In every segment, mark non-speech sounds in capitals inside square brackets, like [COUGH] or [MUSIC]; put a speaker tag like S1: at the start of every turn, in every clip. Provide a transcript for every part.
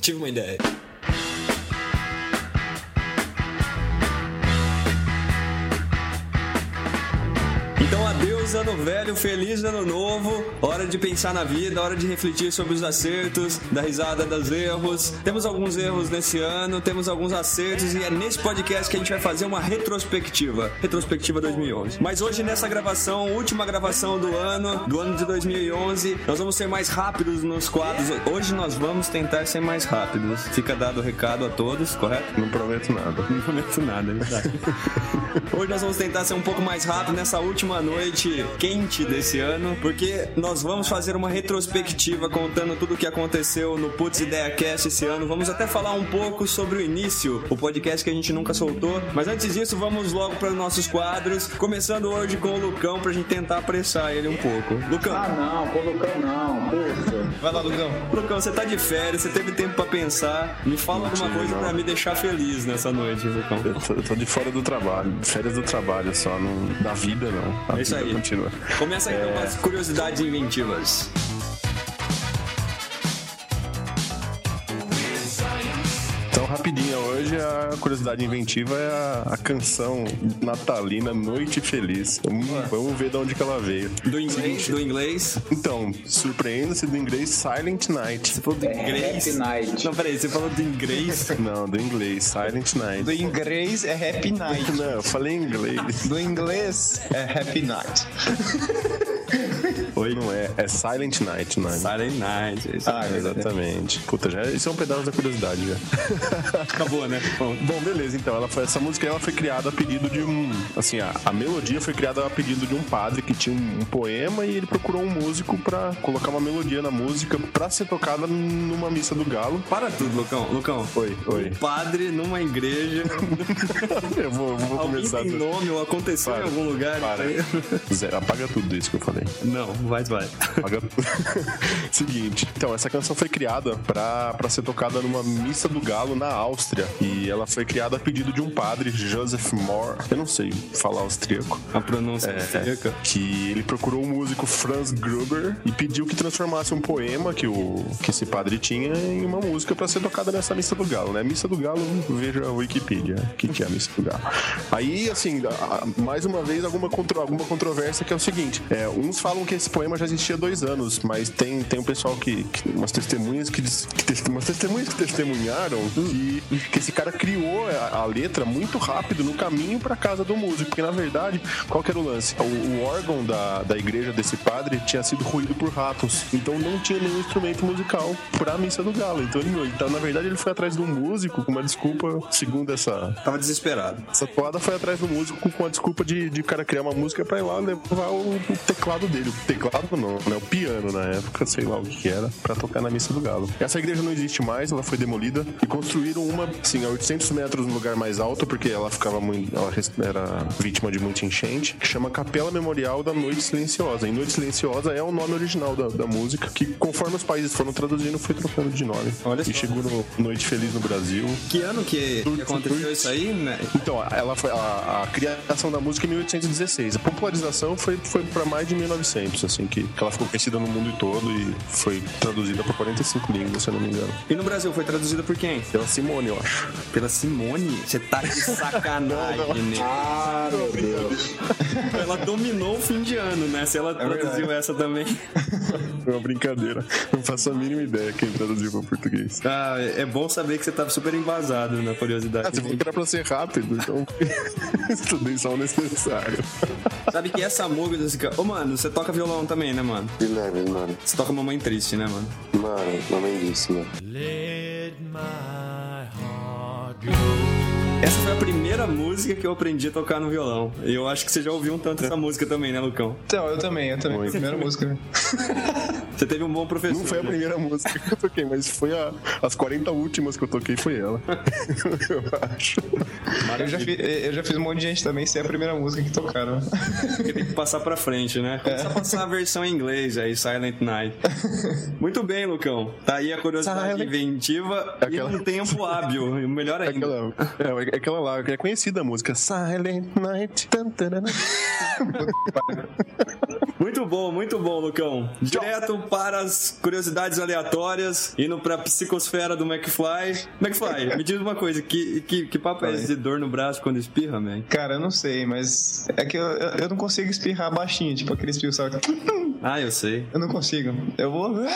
S1: Tive uma ideia. Então, adeus ano velho, feliz ano novo. Hora de pensar na vida, hora de refletir sobre os acertos, da risada dos erros. Temos alguns erros nesse ano, temos alguns acertos e é nesse podcast que a gente vai fazer uma retrospectiva. Retrospectiva 2011. Mas hoje nessa gravação, última gravação do ano, do ano de 2011, nós vamos ser mais rápidos nos quadros. Hoje nós vamos tentar ser mais rápidos. Fica dado o recado a todos, correto?
S2: Não prometo nada.
S1: Não prometo nada, é verdade. Hoje nós vamos tentar ser um pouco mais rápido nessa última noite quente desse ano, porque nós vamos fazer uma retrospectiva contando tudo o que aconteceu no Putz Ideia Cast esse ano. Vamos até falar um pouco sobre o início, o podcast que a gente nunca soltou. Mas antes disso, vamos logo para os nossos quadros, começando hoje com o Lucão pra gente tentar apressar ele um pouco. Lucão,
S3: Ah não, com o Lucão não, poxa.
S4: Vai lá, Lucão.
S1: Lucão, você tá de férias, você teve tempo pra pensar. Me fala alguma coisa pra me deixar feliz nessa noite, Lucão.
S2: Eu tô, eu tô de fora do trabalho, de férias do trabalho só, não, da vida não. A
S1: É isso
S2: vida
S1: aí.
S2: continua.
S1: Começa
S4: É.
S1: aí com as curiosidades inventivas.
S2: Então, rapidinho, hoje a curiosidade inventiva é a, a canção natalina Noite Feliz. Hum, vamos ver de onde que ela veio.
S1: Do inglês, do inglês.
S2: Então, surpreenda-se do inglês Silent Night.
S1: Você falou do inglês?
S3: Happy Night.
S1: Não, peraí, você falou do inglês?
S2: Não, do inglês, Silent Night.
S4: Do inglês é Happy Night.
S2: Não, eu falei inglês.
S4: Do inglês é Happy Night.
S2: Oi? Não é, é Silent Night, não é?
S1: Silent Night. isso
S4: Ah,
S1: mesmo.
S2: Exatamente. Puta, já, isso é um pedaço da curiosidade já.
S1: Acabou, né? Bom,
S2: Bom, beleza, então. Ela foi, essa música ela foi criada a pedido de um. Assim, a, a melodia foi criada a pedido de um padre que tinha um, um poema e ele procurou um músico pra colocar uma melodia na música pra ser tocada numa missa do galo.
S1: para tudo, Lucão. Lucão, um
S2: Oi, oi.
S1: padre numa igreja,
S2: Eu vou, eu vou
S1: alguém
S2: começar.
S1: tem
S2: do-
S1: nome ou aconteceu
S2: Para,
S1: em algum lugar. então?
S2: para. [LAUGHS] Zé, apaga tudo isso que eu falei.
S1: Não, vai, vai.
S2: Paga- [LAUGHS] Seguinte, então essa canção foi criada pra pra ser tocada numa missa do galo na Áustria e ela foi criada a pedido de um padre Joseph Moore, eu não sei falar austríaco.
S1: A pronúncia é
S2: É,
S1: seca.
S2: que ele procurou o músico Franz Gruber e pediu que transformasse um poema que, o, que esse padre tinha em uma música pra ser tocada nessa Missa do Galo, né? Missa do Galo, veja a Wikipedia, que que é a Missa do Galo. Aí, assim, a- a- mais uma vez, alguma, contro, alguma controvérsia que é o seguinte, é, uns falam que esse poema já existia há dois anos, mas tem, tem um pessoal que, que- umas testemunhas que, diz- que test- umas testemunhas que testemunharam que, que esse cara criou a, a letra muito rápido no caminho pra casa do músico, porque na verdade, qual que era o lance? O, o órgão da, da igreja desse padre tinha sido ruído por ratos, então não tinha nenhum instrumento musical pra missa do galo. Então, ele, então na verdade ele foi atrás de um músico com uma desculpa, segundo essa,
S1: Tava desesperado.
S2: essa toada foi atrás do músico com a desculpa de, de o cara criar uma música pra ir lá levar o, o teclado dele. O teclado não, né? O piano na época, sei lá o que era, pra tocar na missa do galo. Essa igreja não existe mais, ela foi demolida e construíram uma, assim, a 800 metros no lugar mais alto, porque ela ficava muito. Ela res- era vítima de muita enchente, que chama Capela Memorial da Noite Silenciosa. E Noite Silenciosa é o nome original da, da música, que conforme os países foram traduzindo, foi trocando de nome.
S1: Olha só.
S2: e chegou no Noite Feliz no Brasil,
S1: Que ano que, que aconteceu isso aí, né?
S2: então, ela foi a, a criação da música é em 1816. A popularização foi, foi para mais de 1900, assim, que, que ela ficou conhecida no mundo todo e foi traduzida para 45 línguas, se eu não me engano.
S1: E no Brasil foi traduzida por quem?
S2: Pela Simone, eu acho.
S1: Pela Simone. Você tá de sacanagem, né?
S3: Ah, meu Deus.
S1: Ela dominou o fim de ano, né? Se ela traduziu essa também.
S2: Foi É uma brincadeira. Não faço a mínima ideia quem traduziu para português.
S1: Ah, é bom saber que você tá super embasado na curiosidade.
S2: Ah, você falou que era pra ser rápido, então [LAUGHS] estudei só o necessário.
S1: Sabe que essa música. Ô, mano, você toca violão também, né, mano?
S5: De leve, mano.
S1: Você toca Mamãe Triste, né, mano?
S5: Mano, mamãe disse, mano.
S6: Let my heart go.
S1: Essa foi a primeira música que eu aprendi a tocar no violão. E eu acho que você já ouviu um tanto essa música também, né, Lucão?
S4: Então, eu também, eu também. Primeira música.
S1: [LAUGHS] Você teve um bom professor.
S2: Não foi a
S1: né?
S2: primeira música que eu toquei, mas foi a- as 40 últimas que eu toquei, foi ela. eu acho.
S4: Eu já, fiz, eu já fiz um monte de gente também sem a primeira música que tocaram. É.
S1: Porque tem que passar pra frente, né? Começa a passar a versão em inglês aí, Silent Night. Muito bem, Lucão. Tá aí a curiosidade
S2: Silent-
S1: inventiva
S2: Aquela-
S1: e um tempo hábil. Melhor
S2: É
S1: ainda.
S2: aquela, é, é aquela lá, que é conhecida a música. Silent Night. tan, tarana.
S1: Muito bom, muito bom, Lucão. Direto para as curiosidades aleatórias, indo para a psicosfera do McFly. McFly, me diz uma coisa, que, que, que papo é esse de dor no braço quando espirra, man?
S4: Cara, eu não sei, mas é que eu, eu eu não consigo espirrar baixinho, tipo aquele espirro, sabe?
S1: Ah, eu sei.
S4: Eu não consigo. Eu vou.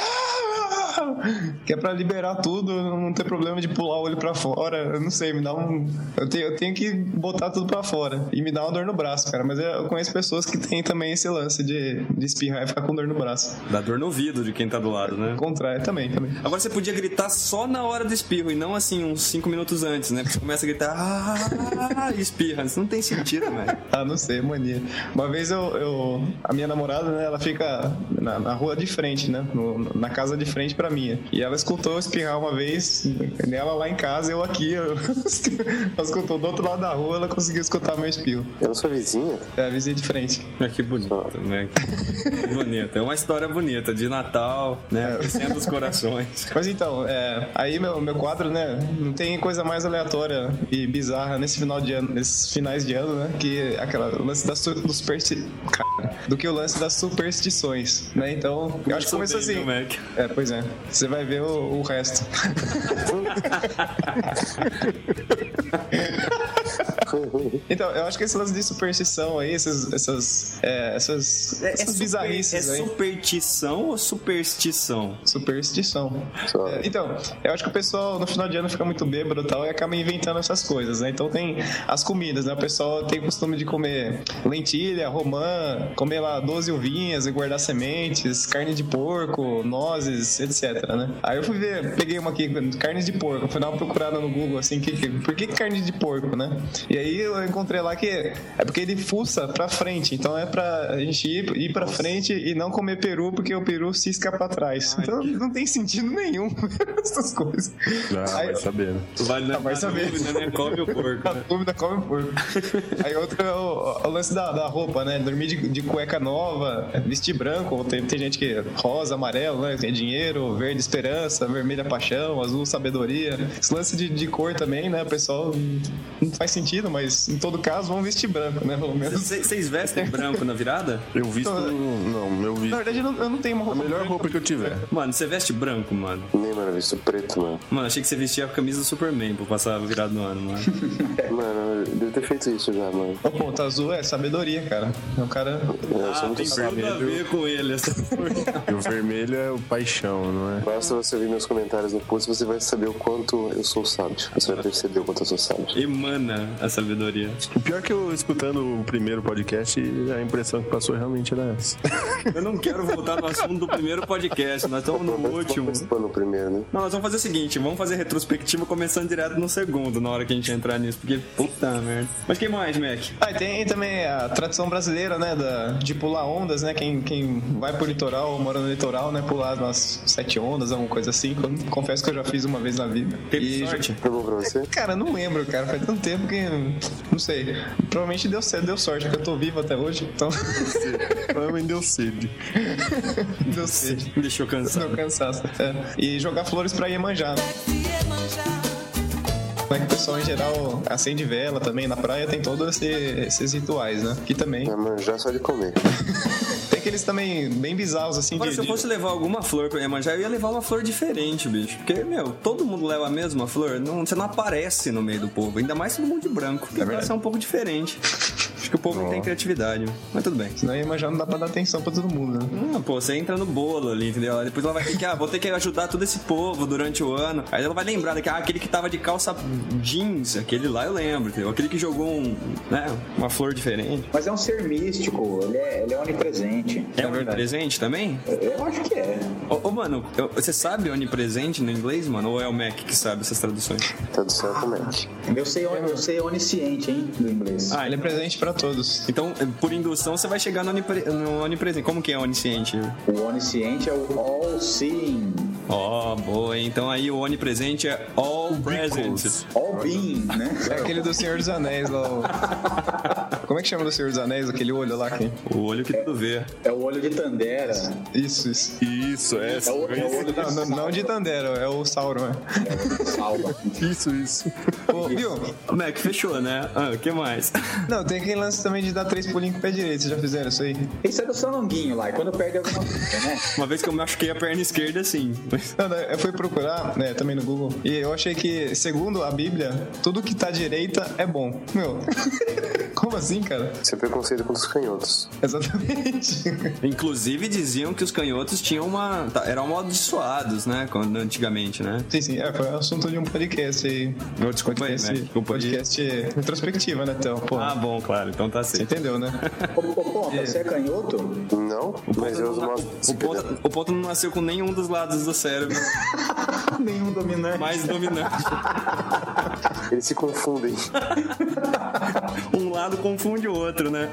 S4: Que é pra liberar tudo, não ter problema de pular o olho pra fora. Eu não sei, me dá um. Eu tenho, eu tenho que botar tudo pra fora. E me dá uma dor no braço, cara. Mas eu conheço pessoas que têm também esse lance de, de espirrar e ficar com dor no braço.
S1: Dá dor no ouvido de quem tá do lado, né?
S4: Ao contrário, também, também.
S1: Agora você podia gritar só na hora do espirro e não assim uns 5 minutos antes, né? Porque você começa a gritar ah, e espirra. Isso não tem sentido, né? velho.
S4: Ah, não sei, mania. Uma vez eu, eu- a minha namorada, né, ela fica na, na rua de frente, né, no- na casa de frente pra minha. E ela escutou eu espirrar uma vez, nela lá em casa, eu aqui, eu- [LAUGHS] ela escutou do outro lado da rua, ela conseguiu escutar meu espirro.
S5: Eu não sou vizinha?
S4: É a vizinha de frente.
S1: É, que bonito, né? Que bonito. É uma história bonita de Natal, né? Crescendo os corações.
S4: Mas então, é, aí meu, meu quadro, né? Não tem coisa mais aleatória e bizarra nesse final de ano, nesses finais de ano, né? Que aquela o lance da su, do supersti- cara, do que o lance das superstições, né? Então, eu acho que começou assim.
S1: Bem, viu, Mac?
S4: É, pois é. Você vai ver o, o resto. então, eu acho que esse lance de superstição aí, essas. Essas. é, essas,
S1: É, é,
S4: essas
S1: super-
S4: bizarrices
S1: é
S4: aí.
S1: superstição ou superstição?
S4: Superstição.
S5: Só.
S4: É, então, eu acho que o pessoal no final de ano fica muito bêbado e tal e acaba inventando essas coisas, né? Então tem as comidas, né? O pessoal tem o costume de comer lentilha, romã, comer lá 12 uvinhas e guardar sementes, carne de porco, nozes, etc, né? Aí eu fui ver, peguei uma aqui, carne de porco, fui dar uma procurada no Google, assim, que, que- por que carne de porco, né? E aí eu encontrei lá que é porque ele fuça pra frente, então é pra gente ir, ir pra frente e não comer peru, porque o peru cisca pra trás. então não tem sentido nenhum [LAUGHS] essas coisas.
S2: Ah,
S4: Aí-
S2: vai saber. né?
S1: Vai, né?
S4: Ah, vai saber.
S1: Dúvida, né? Come o porco.
S4: na dúvida, come porco. [LAUGHS] Aí outro é o, o lance da, da roupa, né? Dormir de, de cueca nova, vestir branco. Tem, tem gente que é rosa, amarelo, né? Tem dinheiro, verde, esperança, vermelha, paixão, azul, sabedoria. Esse lance de, de cor também, né? O pessoal não faz sentido, mas em todo caso, vão vestir branco, né? Pelo menos.
S1: Vocês vocês vestem branco na virada?
S2: Eu visto. Não, eu
S4: Na
S2: visto.
S4: verdade, eu não, eu não tenho uma
S2: A
S4: roupa.
S2: melhor roupa que eu tiver.
S1: Mano, você veste branco, mano.
S5: Nem, mano, eu visto preto, mano.
S1: Mano, achei que você vestia a camisa do Superman pra passar a virada no ano, mano.
S5: Mano, eu devo ter feito isso já, mano.
S4: O ponto azul é sabedoria, cara. É um cara.
S5: Eu sou muito
S1: tem tudo a ver com ele. Essa...
S2: E o vermelho é o paixão, não é?
S5: Basta você ouvir meus comentários no post, você vai saber o quanto eu sou sábio. Você vai perceber o quanto eu sou sábio.
S1: Emana a sabedoria.
S2: O pior é que eu, escutando o primeiro podcast, a impressão que passou realmente era essa.
S1: Eu não quero voltar no assunto do primeiro podcast, nós estamos no último.
S5: Participando no primeiro, né?
S1: Não, nós vamos fazer o seguinte, vamos fazer retrospectiva começando direto no segundo, na hora que a gente entrar nisso, porque puta merda. Mas que mais, Mac?
S4: Ah, e tem também a tradição brasileira, né? Da, de pular ondas, né? Quem, quem vai pro litoral ou mora no litoral, né? Pular umas sete ondas, alguma coisa assim. Quando- Confesso que eu já fiz uma vez na vida.
S1: Teve
S4: E-
S1: sorte?
S5: Foi Tá bom pra você?
S4: Cara, não lembro, cara. Faz tanto tempo que. Não sei. Provavelmente deu certo, deu sorte, porque eu tô vivo até hoje. Então, [LAUGHS]
S2: Provavelmente deu sede.
S4: deu certo.
S1: Me Deixou cansado.
S4: Meu cansaço. É. E jogar flores pra Iemanjá, né? Como é que o pessoal em geral acende vela também na praia, tem todos esse- esses rituais, né? Que também.
S5: Ah, mano, já só de comer.
S4: Tem aqueles também bem bizarros, assim,
S1: Agora,
S4: de-
S1: se eu
S4: de-
S1: fosse levar alguma flor pra Iemanjá, eu ia levar uma flor diferente, bicho. Porque, meu, todo mundo leva a mesma flor, não, você não aparece no meio do povo. Ainda mais todo mundo de branco. Porque
S4: verdade.
S1: é um pouco diferente. Acho que o povo não tem criatividade. Mas tudo bem.
S4: Senão a Iemanjá não dá pra dar atenção pra todo mundo, né?
S1: Hum, pô, você entra no bolo ali, entendeu? Aí Depois ela vai ter que, ah, vou ter que ajudar todo esse povo durante o ano. Aí ela vai lembrar daqui, ah, aquele que tava de calça jeans, aquele lá eu lembro, entendeu? Aquele que jogou um, né, uma flor diferente.
S3: Mas é um ser místico, ele é, ele é onipresente.
S1: É onipresente também?
S3: Eu acho que é.
S1: Ô, ô, mano, eu- você sabe onipresente no inglês, mano? Ou é o Mac que sabe essas traduções?
S5: Tá do céu, como é?
S3: Eu sei, on- eu sei onisciente, hein, do inglês.
S1: Ah,
S4: Ele é presente pra todos.
S1: Então, por indução, você vai chegar no, onipre- no onipresente. Como que é onisciente?
S3: O onisciente é o all-seeing,
S1: Ó, boa, hein? Então aí o onipresente é all present.
S3: all-being, né?
S4: É aquele do Senhor dos Anéis lá. o- Como é que chama do Senhor dos Anéis, aquele olho lá? Que...
S1: O olho que tudo vê.
S3: É o olho de Tandera.
S4: Isso, isso.
S2: Isso, é.
S3: É o, é o olho
S4: Não, não, não de Tandero, é o Sauron. é.
S3: Salva.
S2: Isso, isso.
S4: Ô, viu?
S1: O Mac fechou, né? Ah, o que mais? [LAUGHS]
S4: Não, tem aquele lance também de dar três pulinhos com o pé direito. Vocês já fizeram isso aí?
S3: Isso é do Salonguinho lá, é quando perde alguma coisa, né?
S1: Uma vez que eu machuquei a perna esquerda, sim. [LAUGHS]
S4: Não, não, eu fui procurar, né, também no Google, e eu achei que, segundo a Bíblia, tudo que tá à direita é bom. Meu, [LAUGHS] como assim, cara?
S5: Isso é preconceito contra os canhotos.
S4: Exatamente.
S1: Inclusive diziam que os canhotos tinham uma. tá, eram amaldiçoados, né? Quando, antigamente, né?
S4: Sim, sim, é, foi o assunto de um podcast aí.
S1: Não, desculpa aí,
S4: Podcast,
S1: Mac. né? Desculpa aí.
S4: podcast retrospectiva, né, Théo? Pô,
S1: Ah, bom, claro. Então tá
S4: você
S1: certo.
S4: entendeu, né?
S3: Ô, ô, Ponta, você é canhoto?
S5: Não, mas eu uso uma.
S1: O ponto, é o ponto não nasceu com nenhum dos lados do cérebro
S4: [LAUGHS] Nenhum dominante.
S1: mais dominante.
S5: Eles se confundem.
S1: Um lado confunde o outro, né?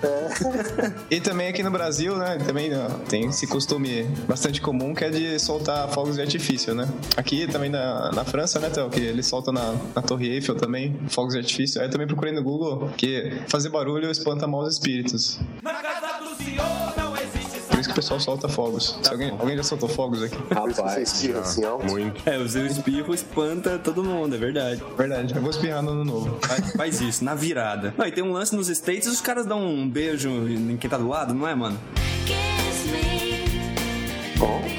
S4: E também aqui no Brasil, né? Também ó, tem esse costume bastante comum que é de soltar fogos de artifício, né? Aqui também na, na França, né, Théo? Que eles soltam na, na Torre Eiffel também fogos de artifício. Aí eu também procurei no Google que fazer barulho espanta maus espíritos.
S6: Na casa do senhor não existe Tá
S4: Por isso que o pessoal solta fogos. Se alguém, alguém já soltou fogos aqui?
S5: Por isso que você espirra assim alto.
S2: Muito.
S1: É, o seu espirro espanta todo mundo, é verdade.
S4: Verdade. Eu vou espirrar no ano novo.
S1: Faz- Faz isso, na virada. Não, e tem um lance nos States, os caras dão um beijo em quem tá do lado, não é, mano?
S7: Kiss me.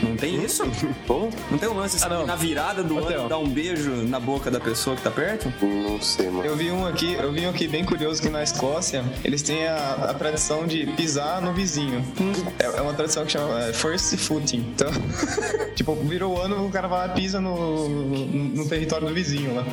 S1: Não tem isso? Hum? Não tem um lance assim,
S4: Ah, não.
S1: na virada do
S4: Ô,
S1: ano
S4: Theo.
S1: dá um beijo na boca da pessoa que tá perto?
S5: Não sei, mano.
S4: Eu vi um aqui, eu vi um aqui bem curioso que na Escócia eles têm a, a tradição de pisar no vizinho. É, é uma tradição que chama é, first footing. Então, [LAUGHS] tipo, virou o ano, o cara vai lá e pisa no, no território do vizinho lá.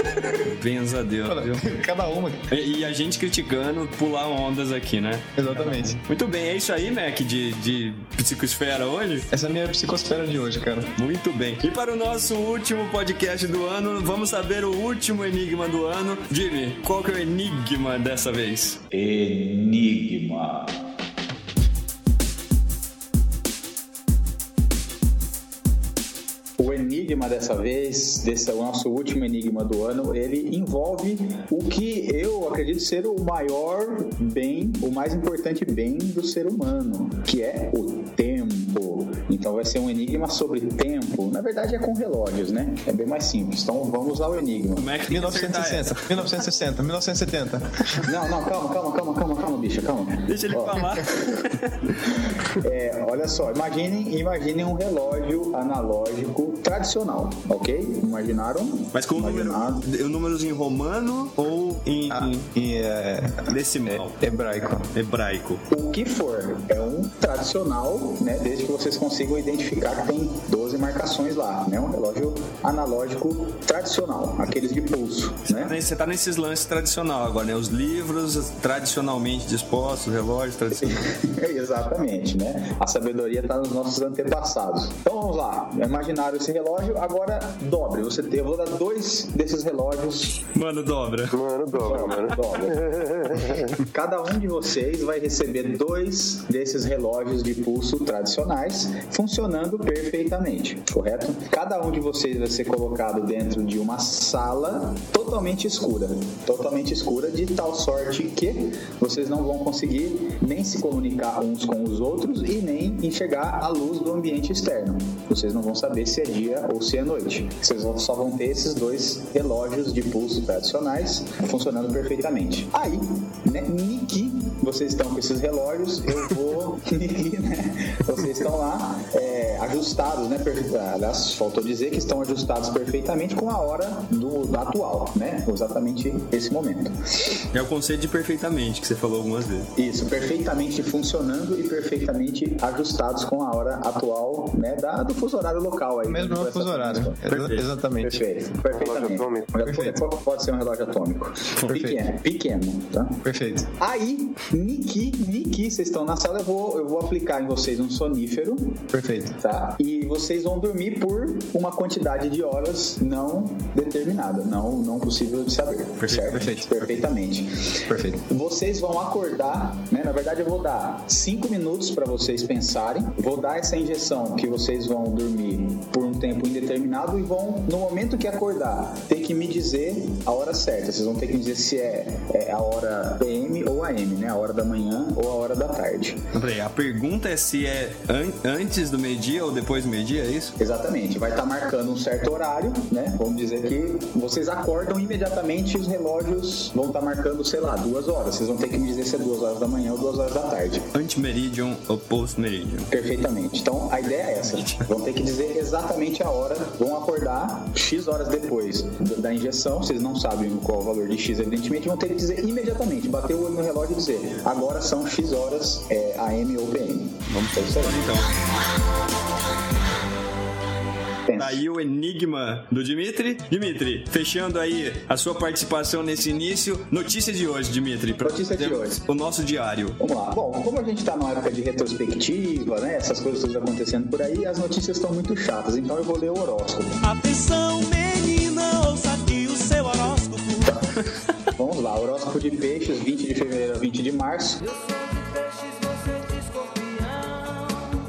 S4: [LAUGHS]
S1: Benza a Deus, viu?
S4: Cada uma.
S1: E, e a gente criticando pular ondas aqui, né?
S4: Exatamente.
S1: Muito bem, é isso aí, Mac, de, de psicosfera hoje?
S4: Essa é a minha psicosfera de hoje, cara.
S1: Muito bem. E para o nosso último podcast do ano, vamos saber o último enigma do ano. Jimmy, qual que é o enigma dessa vez?
S3: Enigma. O enigma dessa vez, desse é o nosso último enigma do ano, ele envolve o que eu acredito ser o maior bem, o mais importante bem do ser humano, que é o tempo. Então vai ser um enigma sobre tempo. Na verdade é com relógios, né? É bem mais simples. Então vamos ao enigma.
S1: O Mac tem que acertar essa.
S4: 1960, 1960, 1970.
S3: Não, não, calma, calma, calma, calma, calma, bicha, calma.
S1: Deixa ele
S3: Ó.
S1: falar.
S3: É, olha só, imaginem, imaginem um relógio analógico tradicional, ok? Imaginaram?
S1: Mas com o número,
S3: Imaginado. Ah.
S1: o números em romano ou em, em
S4: E é,
S1: decimal?
S3: É,
S4: hebraico.
S1: Hebraico.
S3: O que for, é um tradicional, né? Desde que vocês consigam identificar que tem 12 marcações lá, né? Um relógio analógico tradicional, aqueles de pulso, né? [LAUGHS]
S1: Você tá nesses lances tradicional agora, né? Os livros tradicionalmente dispostos, relógios tradicionais.
S3: Exatamente, né? A sabedoria está nos nossos antepassados. Então vamos lá, imaginaram esse relógio, agora dobre. Você tem, eu vou dar dois desses relógios
S1: [LAUGHS] Mano, dobra.
S5: Mano, dobra, mano.
S3: Dobra. [LAUGHS] Cada um de vocês vai receber dois desses relógios de pulso tradicionais funcionando perfeitamente, correto? Cada um de vocês vai ser colocado dentro de uma sala totalmente escura, totalmente escura de tal sorte que vocês não vão conseguir nem se comunicar uns com os outros e nem enxergar a luz do ambiente externo. Vocês não vão saber se é dia ou se é noite. Vocês vão- só vão ter esses dois relógios de pulso tradicionais funcionando perfeitamente. Aí, né, Niki, vocês estão com esses relógios, eu vou. [LAUGHS] Niki, né? Vocês estão lá é, ajustados, né? perfe- Aliás, faltou dizer que estão ajustados perfeitamente com a hora do, da atual, né? Exatamente esse momento.
S1: É o conceito de perfeitamente que você falou algumas vezes.
S3: Isso, perfeitamente funcionando e perfeitamente ajustados com a hora atual, né, da, do fuso horário local aí.
S4: Mesmo
S3: Com essa-
S4: fuso horário. Exa-
S1: Perfeito.
S4: Exatamente.
S3: Perfeito,
S5: Relógio
S3: perfeitamente.
S5: atômico.
S3: Um relógio- Pode ser um relógio atômico. Pequeno, pequeno, tá?
S4: Perfeito.
S3: Aí, Niki, Niki, vocês estão na sala, eu vou, eu vou aplicar em vocês um sonífero,
S4: Perfeito.
S3: tá? E vocês vão dormir por uma quantidade de horas não determinada, não, não possível de saber, certo?
S4: perfeito.
S3: Perfeitamente.
S4: Perfeito.
S3: Vocês vão acordar, né? Na verdade, eu vou dar cinco minutos para vocês pensarem. Vou dar essa injeção que vocês vão dormir por um tempo indeterminado e vão, no momento que acordar, ter que me dizer a hora certa. Vocês vão ter que me dizer se é, é a hora PM ou AM, né? A hora da manhã ou a hora da tarde.
S1: Peraí, a pergunta é se é an- antes do meio-dia ou depois do meio-dia, é isso?
S3: Exatamente, vai estar marcando um certo horário, né? Vamos dizer que vocês acordam imediatamente os relógios vão estar marcando, sei lá, duas horas. Vocês vão ter que me dizer se é duas horas da manhã ou duas horas da tarde.
S1: Anti-meridian ou post-meridian?
S3: Perfeitamente. Então a ideia é essa. Vão ter que dizer exatamente a hora, vão acordar X horas depois d- da injeção, vocês não sabem qual é o valor de X, evidentemente, vão ter que dizer imediatamente, bater o olho no relógio e dizer agora são X horas é, AM ou PM. Vamos ter isso aí.
S1: Então,
S3: Pensa.
S1: daí o enigma do Dimitri. Dimitri, fechando aí a sua participação nesse início, notícia de hoje, Dimitri. pra
S3: Notícia de hoje.
S1: O nosso diário.
S3: Vamos lá. Bom, como a gente está numa época de retrospectiva, né? Essas coisas todas acontecendo por aí, as notícias estão muito chatas, então eu vou ler o horóscopo.
S6: Atenção, menina, ouça aqui o seu horóscopo.
S3: [LAUGHS] Vamos lá, horóscopo de peixes, 20 de fevereiro a 20 de março.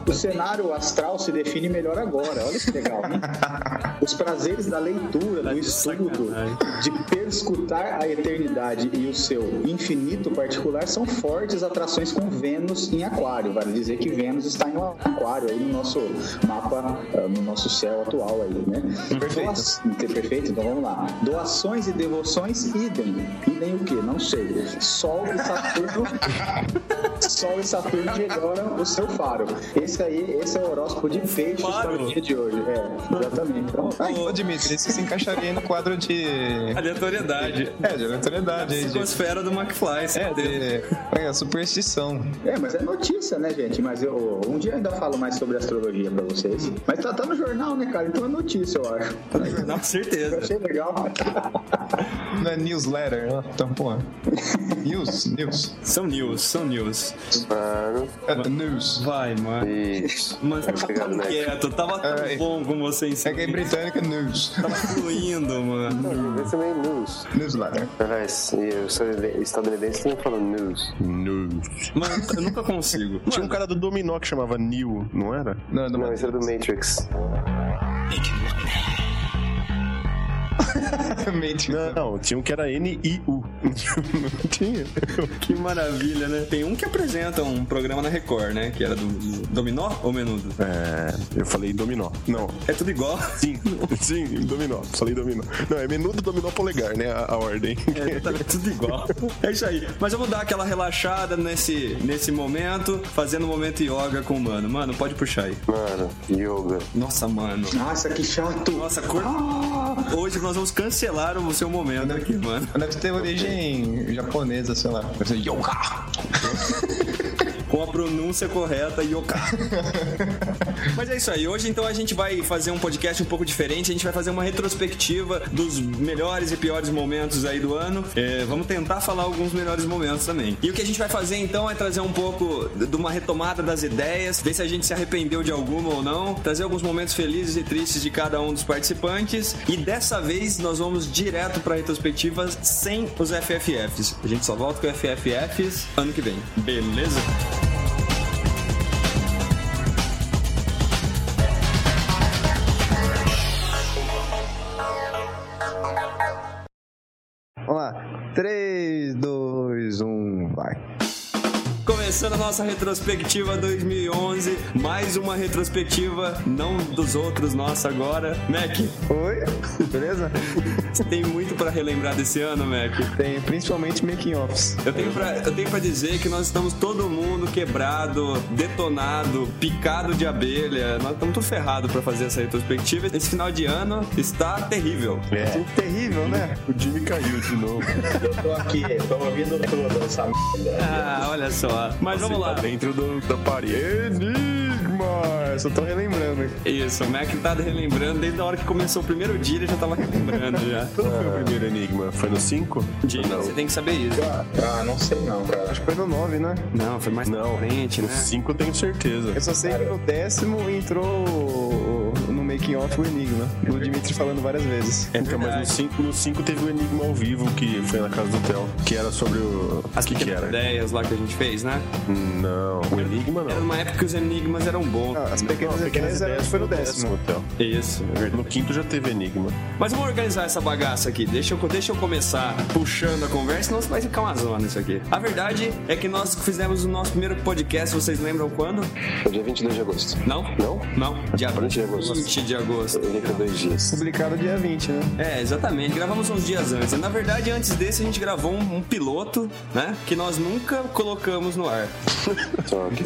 S3: O cenário astral se define melhor agora, olha que legal. hein? Os prazeres da leitura, do estudo, de perscrutar a eternidade e o seu infinito particular são fortes atrações com Vênus em Aquário. Vale dizer que Vênus está em um Aquário aí no nosso mapa, ah, no nosso céu atual aí, né? Doa- Perfeito, então vamos lá. Doações e devoções, idem. Idem o que? Não sei. Sol e Saturno. Sol e Saturno melhoram o seu faro. Esse aí, esse é o horóscopo de peixes para
S1: Faro?
S3: o dia de hoje. É, exatamente. Então,
S4: Ah, Ô, Dimitri, isso se encaixaria aí no quadro de.
S1: Aleatoriedade.
S4: É, de aleatoriedade aí, de.
S1: Psicosfera do McFly,
S4: É,
S1: certeza.
S4: de. É, superstição.
S3: é, mas é notícia, né, gente? Mas eu um dia eu ainda falo mais sobre astrologia pra vocês. Mas tá, tá no jornal, né, cara? Então é notícia, eu acho.
S1: Não,
S3: Eu
S1: certeza.
S3: achei legal.
S4: Não é newsletter, né? Então, pô. News, news.
S1: São news, são news.
S5: Claro.
S4: É, news.
S1: Vai, mano.
S5: Isso.
S1: Mas
S5: Tá
S1: tava
S5: pegando,
S1: tão
S5: né?
S1: quieto, tava tão
S4: Ai.
S1: bom com você em
S4: É
S1: cima.
S4: que é britânica, news.
S1: Tava fluindo, mano.
S5: Esse também é news. Ah,
S4: Newsletter.
S5: Aliás, e o estadunidense- estadunidense também fala news.
S2: News.
S1: Mano, eu nunca consigo.
S2: Tinha um cara do Dominó que chamava Neil, não era?
S4: Não, é do
S5: Não, esse é do Matrix.
S4: [LAUGHS] Matrix.
S2: Não, não, tinha um que era N-I-U. Não tinha.
S1: Que maravilha, né? Tem um que apresenta um programa na Record, né? Que era do, do Dominó ou Menudo?
S2: É, eu falei Dominó. Não,
S1: É tudo igual.
S2: Sim, sim, dominó. Falei dominó. Não, é menudo dominó polegar, né? A, a ordem.
S1: [LAUGHS] É, tá tudo igual. É isso aí. Mas eu vou dar aquela relaxada nesse, nesse momento, fazendo um momento yoga com o mano. Mano, pode puxar aí.
S5: Mano, yoga.
S1: Nossa, mano.
S3: Nossa, que chato.
S1: Nossa, cor... hoje nós vamos cancelar o seu momento aqui, mano.
S4: Deve ter origem japonesa, sei lá. Deve ser yoga.
S1: com a pronúncia correta, Yoka. Mas é isso aí. Hoje, então, a gente vai fazer um podcast um pouco diferente. A gente vai fazer uma retrospectiva dos melhores e piores momentos aí do ano. É, vamos tentar falar alguns melhores momentos também. E o que a gente vai fazer, então, é trazer um pouco de uma retomada das ideias, ver se a gente se arrependeu de alguma ou não, trazer alguns momentos felizes e tristes de cada um dos participantes. E dessa vez, nós vamos direto pra retrospectiva sem os FFFs. A gente só volta com FFFs ano que vem. Beleza?
S4: Vamos lá. 3, 2, 1, vai.
S1: Começando a nossa retrospectiva 2011, mais uma retrospectiva, não dos outros, nossa agora. Mac,
S4: Oi, beleza?
S1: você tem muito pra relembrar desse ano, Mac.
S4: Tem principalmente making offs.
S1: Eu tenho, pra, eu tenho pra dizer que nós estamos todo mundo quebrado, detonado, picado de abelha. Nós estamos tudo ferrado pra fazer essa retrospectiva. Esse final de ano está terrível.
S2: É,
S4: Terrível, né?
S2: [LAUGHS] o Jimmy caiu de novo.
S3: Eu tô aqui, tô ouvindo toda essa merda.
S1: Ah, olha só. Mas vamos lá.
S2: Tá dentro do- da parede.
S4: Enigma! Eu só tô relembrando.
S1: Isso, o Mac tá relembrando desde a hora que começou o primeiro dia, ele já tava relembrando já.
S2: Quando foi o primeiro enigma? Foi no 5?
S1: Jimmy, você tem que saber isso.
S3: Ah, não sei não, cara.
S4: Foi no 9, né?
S1: Não, foi mais
S2: Não,
S1: pra frente,
S2: no
S1: né?
S2: 5 eu tenho certeza.
S4: Eu só sei que no décimo entrou no make making off o Enigma, o Dimitri falando várias vezes.
S2: É, então, mas no 5 no cinco teve o Enigma ao vivo, que foi na casa do Theo, que era sobre o.
S1: As
S2: que, que
S1: pequenas
S2: era? Tá.
S1: ideias lá que a gente fez, né?
S2: Não, o Enigma
S1: Era
S2: não.
S1: numa época que os enigmas eram bons.
S4: Ah, as
S2: Não,
S4: pequenas,
S2: Pequenas
S4: ideias, era- foi no décimo.
S2: Theo.
S1: Isso.
S2: No quinto já teve Enigma.
S1: Mas vamos organizar essa bagaça aqui. Deixa eu, deixa eu começar puxando a conversa, senão vai ficar uma zona isso aqui. A verdade é que nós fizemos o nosso primeiro podcast, vocês lembram quando?
S5: Foi É dia 22 de agosto.
S1: Não?
S5: Não?
S1: Não. Dia
S5: 20 de agosto.
S1: 20 de agosto.
S5: Eu errei por dois dias.
S4: Publicado dia 20, né?
S1: É, exatamente. Gravamos uns dias antes. Na verdade, antes desse, a gente gravou um, um piloto, né? Que nós nunca colocamos no ar.
S5: Então, aqui,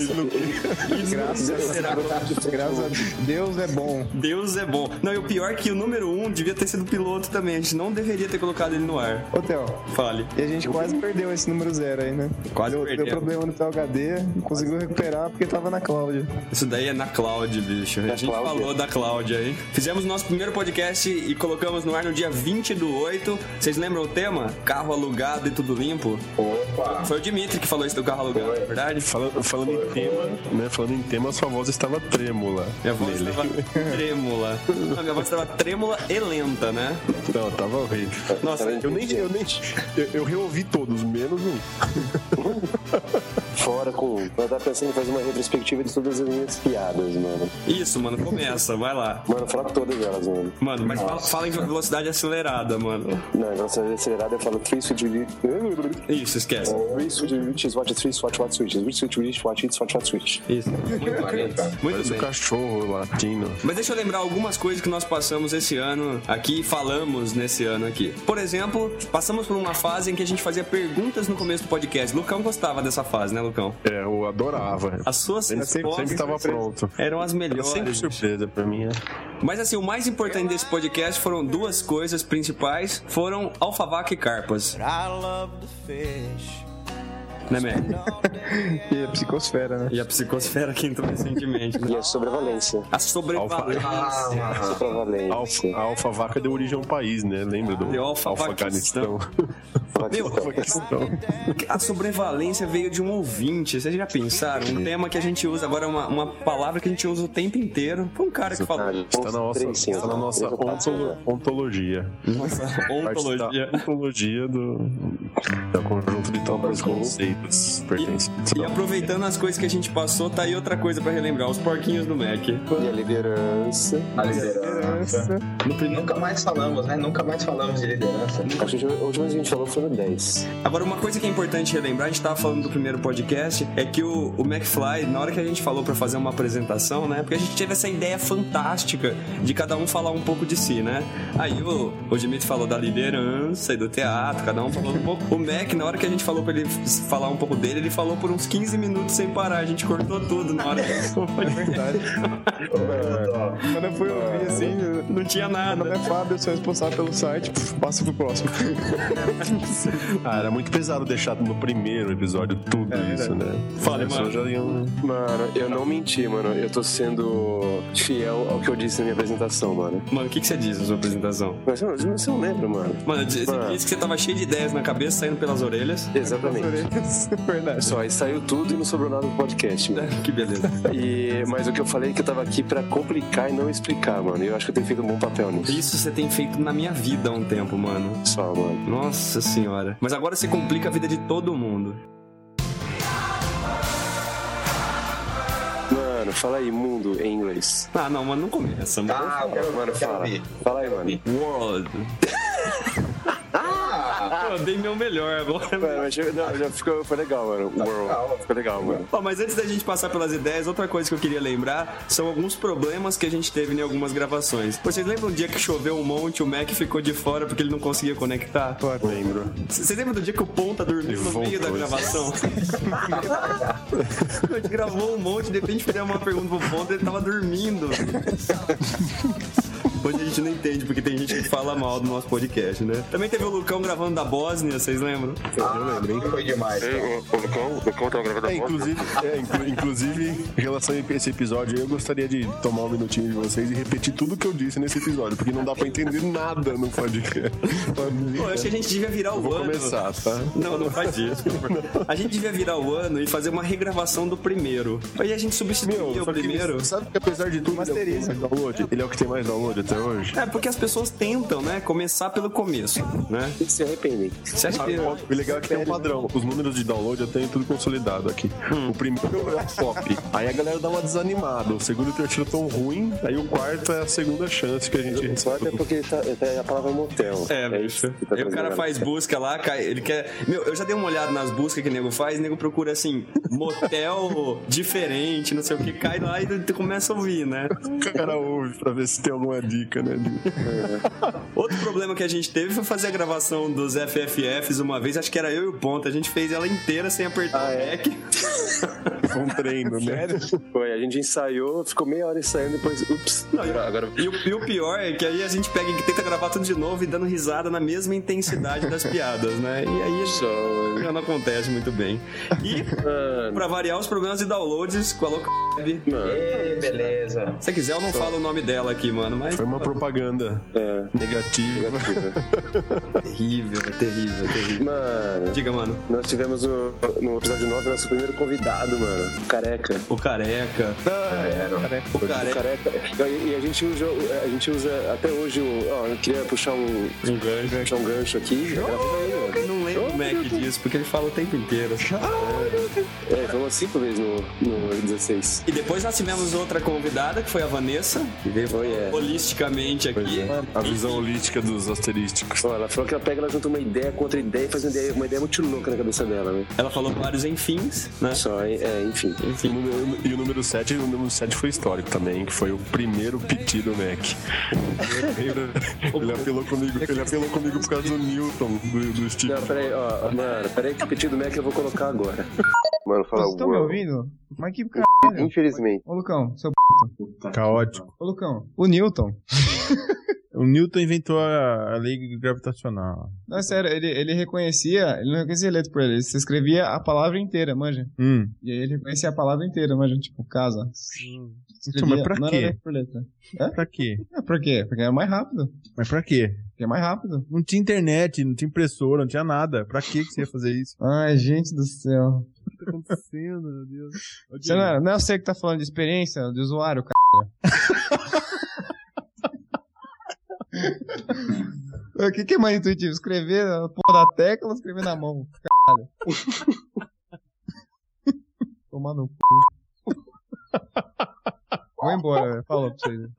S4: Graças a Deus. Graças a Deus é bom.
S1: Deus é bom. Não, e o pior é que o número um devia ter sido o piloto também. A gente não deveria ter colocado ele no ar.
S4: Ô, Theo,
S1: Fale.
S4: e a gente quase perdeu esse número zero aí, né?
S1: Quase
S4: deu,
S1: perdeu.
S4: Deu problema no teu HD, não conseguiu recuperar porque tava na Cláudia.
S1: Isso daí é na Cloud, bicho. A gente
S5: Cláudia.
S1: falou da Cloud aí. Fizemos nosso primeiro podcast e colocamos no ar no dia 20 do 8. Vocês lembram o tema? Carro alugado e tudo limpo?
S3: Opa!
S1: Foi o Dimitri que falou isso do carro alugado, na verdade?
S2: Falando, falando em tema, né? Falando em tema, sua voz estava trêmula.
S1: Minha voz
S2: nele.
S1: estava trêmula. Não, minha voz estava trêmula e lenta, né?
S2: Não, tava horrível.
S1: Nossa,
S5: Era
S2: Eu nem, eu nem. Eu, eu reouvi todos, menos um.
S5: Fora com. um. Vai dar pensando em fazer uma retrospectiva de todas as minhas piadas, mano.
S1: Isso, mano, começa, vai lá.
S5: Mano, falar todas elas, mano.
S1: Mano, mas fala, fala em velocidade acelerada, mano.
S5: Não, graças a acelerada eu falo 3 switch.
S1: Isso, esquece.
S5: 3 switch, which is watch, 3 swatch, watch switches. Which switch, which watch, it's watch, watch switch.
S1: Isso. Muito bem. Muito
S2: Parece um
S1: bem.
S2: cachorro latino.
S1: Mas deixa eu lembrar algumas coisas que nós passamos esse ano aqui e falamos nesse ano aqui. Por exemplo, passamos por uma fase em que a gente fazia perguntas no começo do podcast. Lucão gostava dessa fase, né, Lucão?
S2: É, eu adorava.
S1: As suas
S2: Sempre, sempre,
S1: respostas
S2: tava pronto.
S1: eram as
S2: Era sempre
S1: melhores.
S2: surpresa pra mim. é.
S1: Mas assim, o mais importante desse podcast foram duas coisas principais. Foram alfavaca e carpas,
S6: I love the fish.
S1: né, Meg?
S4: E a psicosfera, né?
S1: E a psicosfera que entrou recentemente, né?
S5: E é sobre a Valência.
S1: A sobrevalência.
S5: Sobre a
S2: Ah. Alfa,
S5: Valência.
S2: a Alfa Vaca deu origem a um país, né? Lembra do
S1: E o Alfa
S2: Alfaganistão? [LAUGHS]
S1: Meu,
S2: Alfaganistão.
S1: A sobrevalência veio de um ouvinte. Vocês já pensaram? Um tema que a gente usa agora, é uma, uma palavra que a gente usa o tempo inteiro. Foi um cara que falou.
S2: Está Tá na nossa, está na nossa ontolo- ontologia.
S1: Nossa, ontologia.
S2: Parte da ontologia do, do conjunto de tantos conceitos pertencentes.
S1: E aproveitando as coisas que a gente passou, tá aí outra coisa pra relembrar: os porquinhos do Mac.
S5: E a liderança.
S3: A liderança.
S1: No primeiro-
S3: Nunca mais falamos, né? Nunca mais falamos de liderança.
S5: Acho que a última vez que a gente falou foi no 10.
S1: Agora, uma coisa que é importante relembrar, a gente tava falando do primeiro podcast, é que o, o McFly, na hora que a gente falou pra fazer uma apresentação, né? Porque a gente teve essa ideia fantástica de cada um falar um pouco de si, né? Aí o, o Dimitri falou da liderança e do teatro, cada um falou um pouco. O Mac, na hora que a gente falou pra ele s- falar um pouco dele, ele falou por uns 15 minutos sem parar, a gente cortou tudo na hora.
S4: Verdade. Quando eu fui ouvir assim,
S1: Não tinha
S4: meu nome
S1: nada.
S4: é Fábio, eu sou responsável pelo site, puf, passa pro próximo.
S2: [LAUGHS]
S4: [LAUGHS]
S2: Ah, era muito pesado deixar no primeiro episódio tudo isso, né?
S1: Fala,
S2: As pessoas já iam- né?
S5: Mano, eu não menti, mano. Eu tô sendo fiel ao que eu disse na minha apresentação, mano.
S1: Mano, o que, que você diz na sua apresentação?
S5: Mas eu não, você não lembra, mano.
S1: Mano, você
S5: Mano.
S1: disse que você tava cheio de ideias na cabeça, saindo pelas orelhas. [LAUGHS]
S5: Exatamente. É
S4: Verdade.
S5: Só aí saiu tudo e não sobrou nada do podcast, mano.
S1: Que beleza.
S5: E, mas o que eu falei é que eu tava aqui pra complicar e não explicar, mano. E eu acho que eu tenho feito um bom papel nisso.
S1: Isso você tem feito na minha vida há um tempo, mano.
S5: Só, mano.
S1: Nossa senhora. Mas agora você complica a vida de todo mundo.
S5: Mano, fala aí, mundo em inglês.
S1: Ah, não, mano, não começa, mano.
S3: Ah, eu quero,
S5: Mano,
S3: eu quero
S5: fala.
S3: ouvir.
S5: Fala aí, mano.
S1: World. Pô, eu dei meu melhor agora.
S5: Mano, mas eu- não, já ficou, foi legal, mano. World. Ficou legal, mano.
S1: Ó, mas antes da gente passar pelas ideias, outra coisa que eu queria lembrar são alguns problemas que a gente teve em algumas gravações. Vocês lembram um dia que choveu um monte, o Mac ficou de fora porque ele não conseguia conectar?
S2: Lembro.
S1: C- Vocês lembram do dia que o Ponta dormiu
S2: Ele
S1: no meio da
S2: voltou. [LAUGHS]
S1: gravação? a gente gravou um monte, de repente fizemos uma pergunta pro Ponta, ele tava dormindo. Hoje a gente não entende, porque tem gente que fala mal do nosso podcast, né? Também teve o Lucão gravando da Bósnia, vocês lembram?
S2: Eu lembro, hein?
S3: Foi demais. cara.
S5: Ei, o, o Lucão, o Lucão tava gravando
S2: É,
S5: a voz.
S2: inclusive, é, inclu- inclusive, em relação a esse episódio, eu gostaria de tomar um minutinho de vocês e repetir tudo que eu disse nesse episódio, porque não dá pra entender nada no podcast.
S1: Pô, eu acho que a gente devia virar o
S2: Vou
S1: ano.
S2: começar, tá?
S1: Não, não faz
S2: [LAUGHS]
S1: isso. A gente devia virar o ano e fazer uma regravação do primeiro. Aí a gente substituía
S2: Meu,
S1: o
S2: só que
S1: primeiro.
S2: sabe que apesar de tudo, ele é o que tem mais download? Ele é o que tem mais download até hoje?
S1: É, porque as pessoas tentam, né? Começar pelo começo, né?
S5: Eles se arrependem.
S1: Você acha que...
S2: O legal é que tem um padrão. Os números de download eu tenho tudo consolidado aqui. O primeiro é o top. Aí a galera dá uma desanimada. O segundo e o terceiro tão ruim. Aí o quarto é a segunda chance que a gente
S5: Só é
S2: recebe.
S5: porque ele tá, ele tá- a palavra é motel.
S1: É,
S5: isso
S1: bicho.
S5: que tá
S1: Aí o cara
S5: trazendo,
S1: faz busca lá, cai- ele quer. Meu, eu já dei uma olhada nas buscas que o nego faz, o nego procura assim, motel [LAUGHS] diferente, não sei o que, cai lá e tu começa a ouvir, né?
S2: O cara ouve pra ver se tem alguma dica, né? de-
S1: Outro problema que a gente teve foi fazer a gravação dos FFFs uma vez, acho que era eu e o Ponta, a gente fez ela inteira sem apertar
S5: Ah,
S1: o
S5: é?
S1: rec.
S2: Foi um treino, né?
S5: Foi, a gente ensaiou, ficou meia hora ensaiando, depois, ups.
S1: Não, eu-
S5: agora
S1: E o, e o pior é que aí a gente pega e tenta gravar tudo de novo e dando risada na mesma intensidade das piadas, né? E aí
S5: só.
S1: já não acontece muito bem. E, pra variar, os problemas de downloads com a Loca Web.
S5: Mano,
S3: Ei, beleza.
S1: Se quiser, eu não falo o nome dela aqui, mano, mas.
S2: Foi uma propaganda
S5: é.
S2: negativa.
S5: negativa.
S1: Terrível, terrível, terrível.
S5: Mano,
S1: Diga, mano.
S5: nós tivemos no, no episódio 9 nosso primeiro convidado, mano. Careca.
S1: O careca. O
S5: O
S1: careca.
S5: Careca. E, e a gente usa, a gente usa até hoje o. Ó, eu queria puxar um,
S1: Um gancho.
S5: puxar um gancho aqui.
S1: Eu não lembro como é que disso, porque ele fala o tempo inteiro.
S5: É, foi umas cinco vezes no, no 16.
S1: E depois nós tivemos outra convidada, que foi a Vanessa, que veio
S5: Foi, é.
S1: holisticamente aqui.
S2: A visão holística dos asterísticos.
S5: Ó, ela falou que ela pega, ela junta uma ideia com outra ideia e faz uma ideia, uma ideia muito louca na cabeça dela, né?
S1: Ela falou vários enfins, né?
S5: Só, é, é, enfim.
S2: E o número- E o número 7, o número 7 foi histórico também, que foi o primeiro pedido Mac.
S1: [LAUGHS]
S2: ele apelou comigo, ele apelou comigo por causa do Newton, do, do Steve.
S5: Não, peraí, ó, mano, peraí que o pedido Mac eu vou colocar agora.
S8: Mano, fala
S4: Vocês estão me
S8: uau.
S4: ouvindo? Mas que c...
S8: Infelizmente.
S4: Ô, Lucão, seu p...
S9: Caótico.
S4: Ô, Lucão, o Newton.
S9: O Newton inventou a, a lei gravitacional.
S4: Não, é sério, ele, ele reconhecia, ele não reconhecia letra por ele, ele escrevia a palavra inteira, manja.
S9: Hum.
S4: E aí ele reconhecia a palavra inteira, manja, tipo, casa.
S9: Então, mas pra
S4: não era
S9: quê?
S4: letra por letra.
S9: Pra quê?
S4: É, por quê? Porque era mais rápido.
S9: Mas pra quê?
S4: Porque é mais rápido.
S9: Não tinha internet, não tinha impressora, não tinha nada. Pra quê que você ia fazer isso?
S4: Ai, gente do céu.
S9: O que tá acontecendo, meu Deus? Ô,
S4: Você
S9: Diego,
S4: não, é- não é você que tá falando de experiência, de usuário, c... [LAUGHS] O que, que é mais intuitivo? Escrever a porra da tecla ou escrever na mão? Caralho. [LAUGHS] Tomar no cu. Vou embora, velho. Falou pra vocês.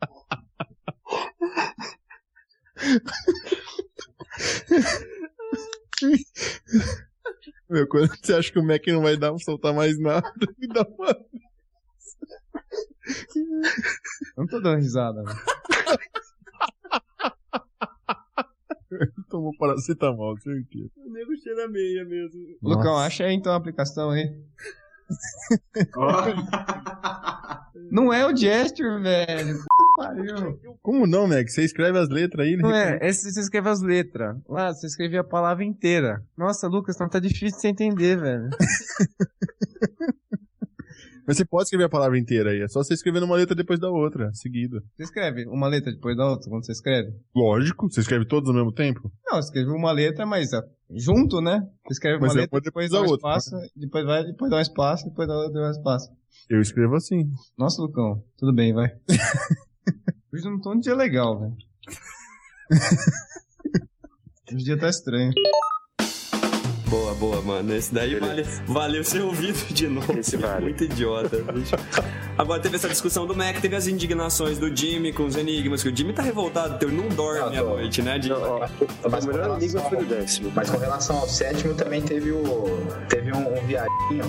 S9: Meu, quando você acha que o Mac não vai dar, soltar mais nada, me dá uma...
S4: Eu não tô dando risada, né? velho.
S9: Tomou paracetamol, é certeza.
S1: O nego cheira meia mesmo.
S4: Lucão, acha aí então a aplicação aí. [LAUGHS] Não é o Jester, velho. [LAUGHS] Puta que Pariu.
S9: Como não, Mac? Você escreve as letras aí, né? ele
S4: Não é, esse você escreve as letras. Lá, você escreve a palavra inteira. Nossa, Lucas, não tá difícil de você entender, velho.
S9: Mas você pode escrever a palavra inteira aí. É só você escrever numa letra depois da outra, seguida.
S4: Você escreve uma letra depois da outra, quando você escreve?
S9: Lógico, você escreve todas ao mesmo tempo.
S4: Não, você escreve uma letra, mas ó, junto, né? Você escreve uma
S9: Mas é
S4: letra,
S9: uma
S4: depois
S9: depois
S4: dá
S9: da
S4: um
S9: outra, né?
S4: espaço, depois vai, depois dá um espaço, depois dá dá um espaço.
S9: Eu escrevo assim.
S4: Nossa, Lucão, tudo bem,
S9: [LAUGHS]
S4: vai. Hoje não tô um dia legal, velho. Hoje o dia tá estranho.
S1: Boa, boa, mano. Esse daí vale, valeu ser ouvido de novo.
S5: Esse vale.
S1: Muito idiota, bicho. Agora teve essa discussão do Mac, teve as indignações do Jimmy com os enigmas, que o Jimmy tá revoltado, teu não dorme à noite, né, Jimmy?
S5: Não, ó,
S3: Mas
S5: o
S3: com
S5: Tá melhor enigma
S3: relação-
S5: foi o décimo.
S3: Mas com relação ao sétimo também teve o. Teve um, um viadinho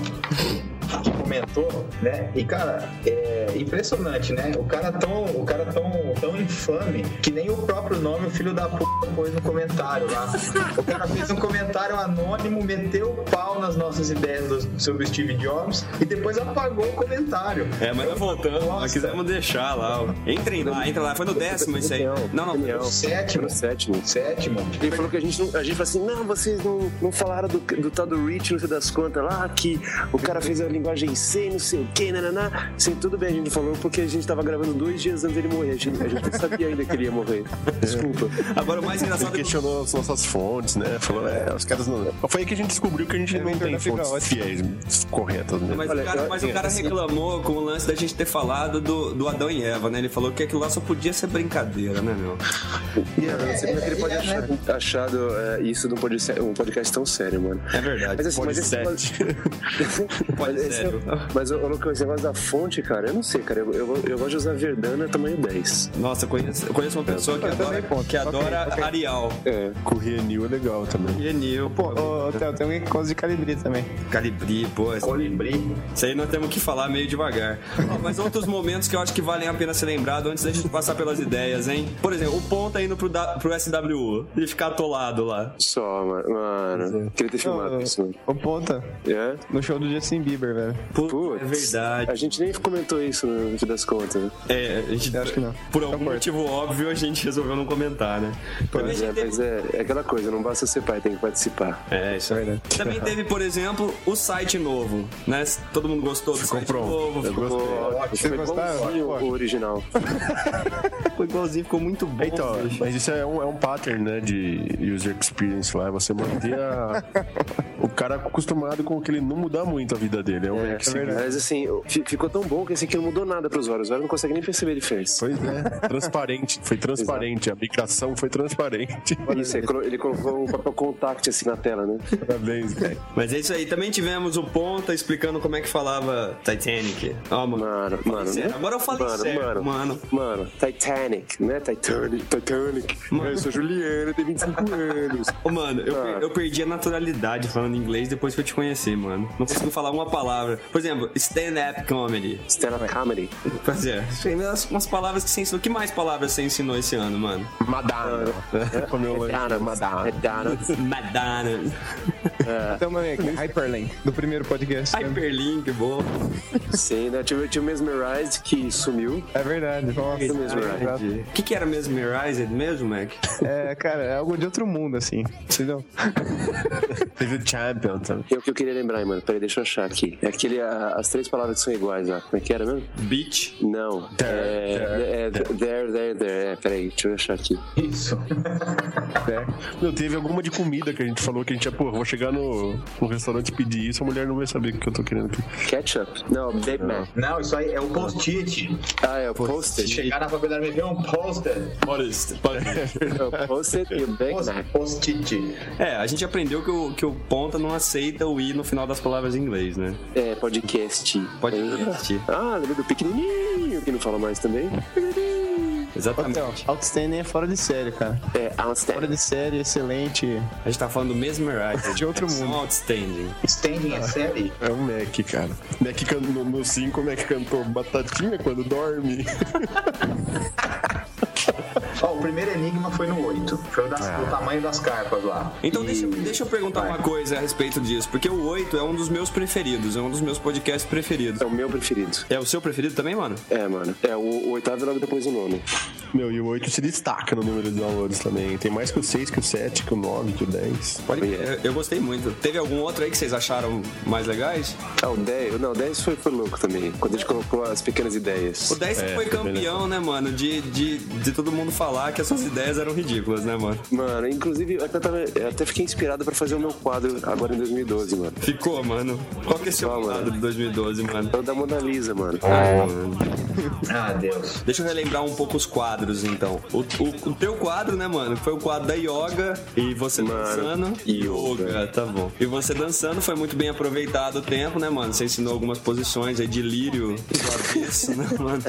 S3: que comentou, né? E cara, é impressionante, né? O cara tão, o cara tão, tão infame que nem o próprio nome, o filho da puta, pôs no comentário lá. O cara fez um comentário anônimo, meteu o pau nas nossas ideias do- sobre o Steve Jobs e depois apagou o comentário. Então,
S1: É, mas tá nós voltamos, nós
S3: Nossa.
S1: quisemos deixar lá. ó. Entrem lá, entra lá. Foi no décimo isso aí. Não, não.
S5: Daniel,
S3: Sétimo,
S5: no sétimo.
S3: sétimo.
S5: Ele falou que a gente, não, a gente falou assim, não, vocês não, não falaram do, do tal do Rich, não sei das quantas lá, que o cara fez a linguagem C, não sei o que, nananá. Sim, tudo bem, a gente falou, porque a gente tava gravando dois dias antes dele morrer. A gente, a gente não sabia ainda que ele ia [LAUGHS] morrer. Desculpa.
S1: Agora o mais
S2: Ele [LAUGHS]
S1: engraçado é que
S2: questionou as nossas fontes, né? Falou, é, os caras não. Foi aí que a gente descobriu que a gente não
S4: Victor,
S2: tem
S4: vai ficar
S2: fontes
S4: ótimo.
S2: fiéis, corretas mesmo.
S1: Mas, o
S5: Olha,
S1: cara,
S5: eu-
S1: mas o
S5: eu-
S1: cara
S2: assim,
S1: reclamou com o lance da gente ter falado do, do Adão e Eva, né? Ele falou que aquilo lá só podia ser brincadeira, né, meu?
S5: E eu não sei como é que ele pode achar achado é, isso num podcast, um podcast tão sério, mano.
S1: É verdade.
S5: Mas assim, mas esse
S2: Podcast.
S5: [LAUGHS] negócio-
S1: Pode
S5: mas
S1: ser.
S5: esse- é Mas, ô, louco, esse negócio da fonte, cara, eu não sei, cara. Eu, eu, eu gosto de usar Verdana tamanho 10.
S1: Nossa, eu conheço, eu conheço uma
S2: É,
S1: pessoa que adora, que adora Arial.
S5: É.
S2: Com o Rienil é legal também.
S1: Genil,
S4: Pô, ô, Theo, tem uma coisa de calibri também.
S1: Calibri, pô. esse-
S3: Colibri.
S1: Isso aí nós temos que falar meio devagar. Ó, mas outros momentos que eu acho que valem a pena ser lembrado antes da gente passar pelas ideias, hein? Por exemplo, o Ponta indo pro, da- pro SWU e ficar atolado lá.
S5: Só, mano. mano. Queria ter filmado isso, né? mano.
S4: Ô, Ponta,
S5: Ah. É?
S4: no show do Justin Bieber, velho.
S1: Pô,
S5: Putz.
S1: é verdade.
S5: A gente nem comentou isso no fim das contas. né?
S1: É, a gente,
S4: Eu acho que não.
S1: por algum
S4: Tá morto.
S1: motivo óbvio, a gente resolveu não comentar, né? Também a
S5: Mas
S1: gente
S5: é,
S1: teve-
S5: mas é, é aquela coisa, não basta ser pai, tem que participar.
S1: É, isso é verdade. [LAUGHS] Também teve, por exemplo, o site novo, né? Todo mundo gostou do site
S2: pronto.
S1: novo. Ficou,
S5: Pô,
S4: Vocês gostaram?
S5: igualzinho
S4: Pô,
S5: É. o original.
S1: ficou igualzinho, ficou muito bom.
S2: Então,
S1: bicho.
S2: mas isso é um, é um pattern, né, de user experience lá, é você manter a- o cara acostumado com que ele não mudar muito a vida dele. É um é, que se-
S5: Mas assim, fi- ficou tão bom que esse aqui não mudou nada pros usuários. O usuário não consegue nem perceber a diferença.
S2: Pois é, transparente, foi transparente, a migração foi transparente.
S5: Isso, ele colo- ele colocou o papel contact assim na tela, né?
S2: Parabéns, velho.
S1: Mas é isso aí. Também tivemos o Ponta explicando como é que falava Titanic. Ó, mano.
S5: Mano, mano.
S1: sério, agora eu falei sério, mano.
S5: Mano, Titanic, né? Titanic, Titanic.
S1: Mano.
S5: Eu sou Juliana,
S1: [LAUGHS]
S5: tenho 25 anos.
S1: Ô, mano, eu, per-
S5: Ah.
S1: eu perdi a naturalidade falando inglês depois que eu te conheci, mano. Não consigo falar uma palavra. Por exemplo, stand-up comedy.
S5: Stand-up comedy.
S1: Pois é. Tem umas, umas palavras que você ensinou. Que mais palavras você ensinou esse ano, mano? [LAUGHS]
S2: Madara.
S5: [LAUGHS]
S2: Comeu lanche.
S5: Dana, Madonna. É Dana.
S1: Madonna.
S4: Então, aqui, Hyperlink, do primeiro podcast.
S1: Hyperlink, boa.
S5: Sim, né? Tinha tinha o Mesmerized que sumiu.
S4: É verdade. Nossa,
S5: Mesmerized.
S1: O que, que era Mesmerized mesmo, Mac?
S4: É, cara, é algo de outro mundo, assim. Entendeu?
S2: Teve o Champion também.
S5: É o que eu queria lembrar, hein, mano. Peraí, deixa eu achar aqui. É aquele. a- as três palavras que são iguais lá. Como é que era mesmo?
S1: Beach.
S5: Não. é, é, there, there, there, É, peraí, deixa eu achar aqui.
S3: Isso.
S2: Meu, teve alguma de comida que a gente falou que a gente ia, pô, vou chegar no, no restaurante e pedir isso, a mulher não vai saber o que eu tô querendo aqui.
S5: Ketchup? Não, Big Mac.
S3: Não, isso aí é o post-it.
S5: Ah, é o Post-it.
S3: Chegar na faculdade e ver um poster.
S1: Forest.
S5: É o Post-it e o Big Mac.
S3: Post-it.
S1: É, a gente aprendeu que o, que o ponta não aceita o i no final das palavras em inglês, né?
S5: É, podcast.
S1: Pode
S5: Ah, lembra do pequenininho, que não fala mais também?
S4: Então,
S1: Exatamente.
S4: Outstanding é fora de série, cara.
S5: É,
S4: Fora
S5: Amsterdam.
S4: de série, excelente.
S1: A gente tá falando do Mesmerized.
S4: De outro mundo.
S1: Outstanding.
S3: Standing é série.
S2: É o Mac, cara. Mac can- no- no 5, o Mac cantou batatinha quando dorme. [LAUGHS]
S3: Ó, o primeiro enigma foi no 8. Foi o, das- o tamanho das carpas lá.
S1: Ah. Então
S3: E-
S1: deixa, deixa eu perguntar
S3: Vai.
S1: uma coisa a respeito disso, porque o 8 é um dos meus preferidos, é um dos meus podcasts preferidos.
S5: É o meu preferido.
S1: É o seu preferido também, mano?
S5: É, mano. É o, o oitavo e logo depois o nono.
S2: Meu, e o 8 se destaca no número de downloads também. Tem mais que o 6, que o 7, que o 9, que o 10.
S1: Pode
S5: Olha.
S1: eu, eu gostei muito. Teve algum outro aí que vocês acharam mais legais?
S5: Ah, o 10. Não, o 10 foi, foi louco também. Quando a gente colocou as pequenas ideias.
S1: O 10 que
S2: É,
S1: foi
S2: foi bem
S1: campeão, né, mano? De, de, de todo mundo falar que as suas ideias eram ridículas, né, mano?
S5: Mano, inclusive, eu até, tava- eu até fiquei inspirado pra fazer o meu quadro agora em 2012, mano.
S1: Ficou, mano. Qual que é o seu
S5: Qual,
S1: lado
S5: mano?
S1: de 2012, mano?
S5: É o da Mona Lisa, mano.
S3: Ah, Deus.
S1: Deixa eu relembrar um pouco os quadros, então. O, o- o teu quadro, né, mano? Foi o quadro da yoga e você
S5: Mano,
S1: dançando.
S5: yoga.
S1: tá bom. E você dançando foi muito bem aproveitado o tempo, né, mano? Você ensinou algumas posições aí de lírio do avesso, né, [LAUGHS] mano?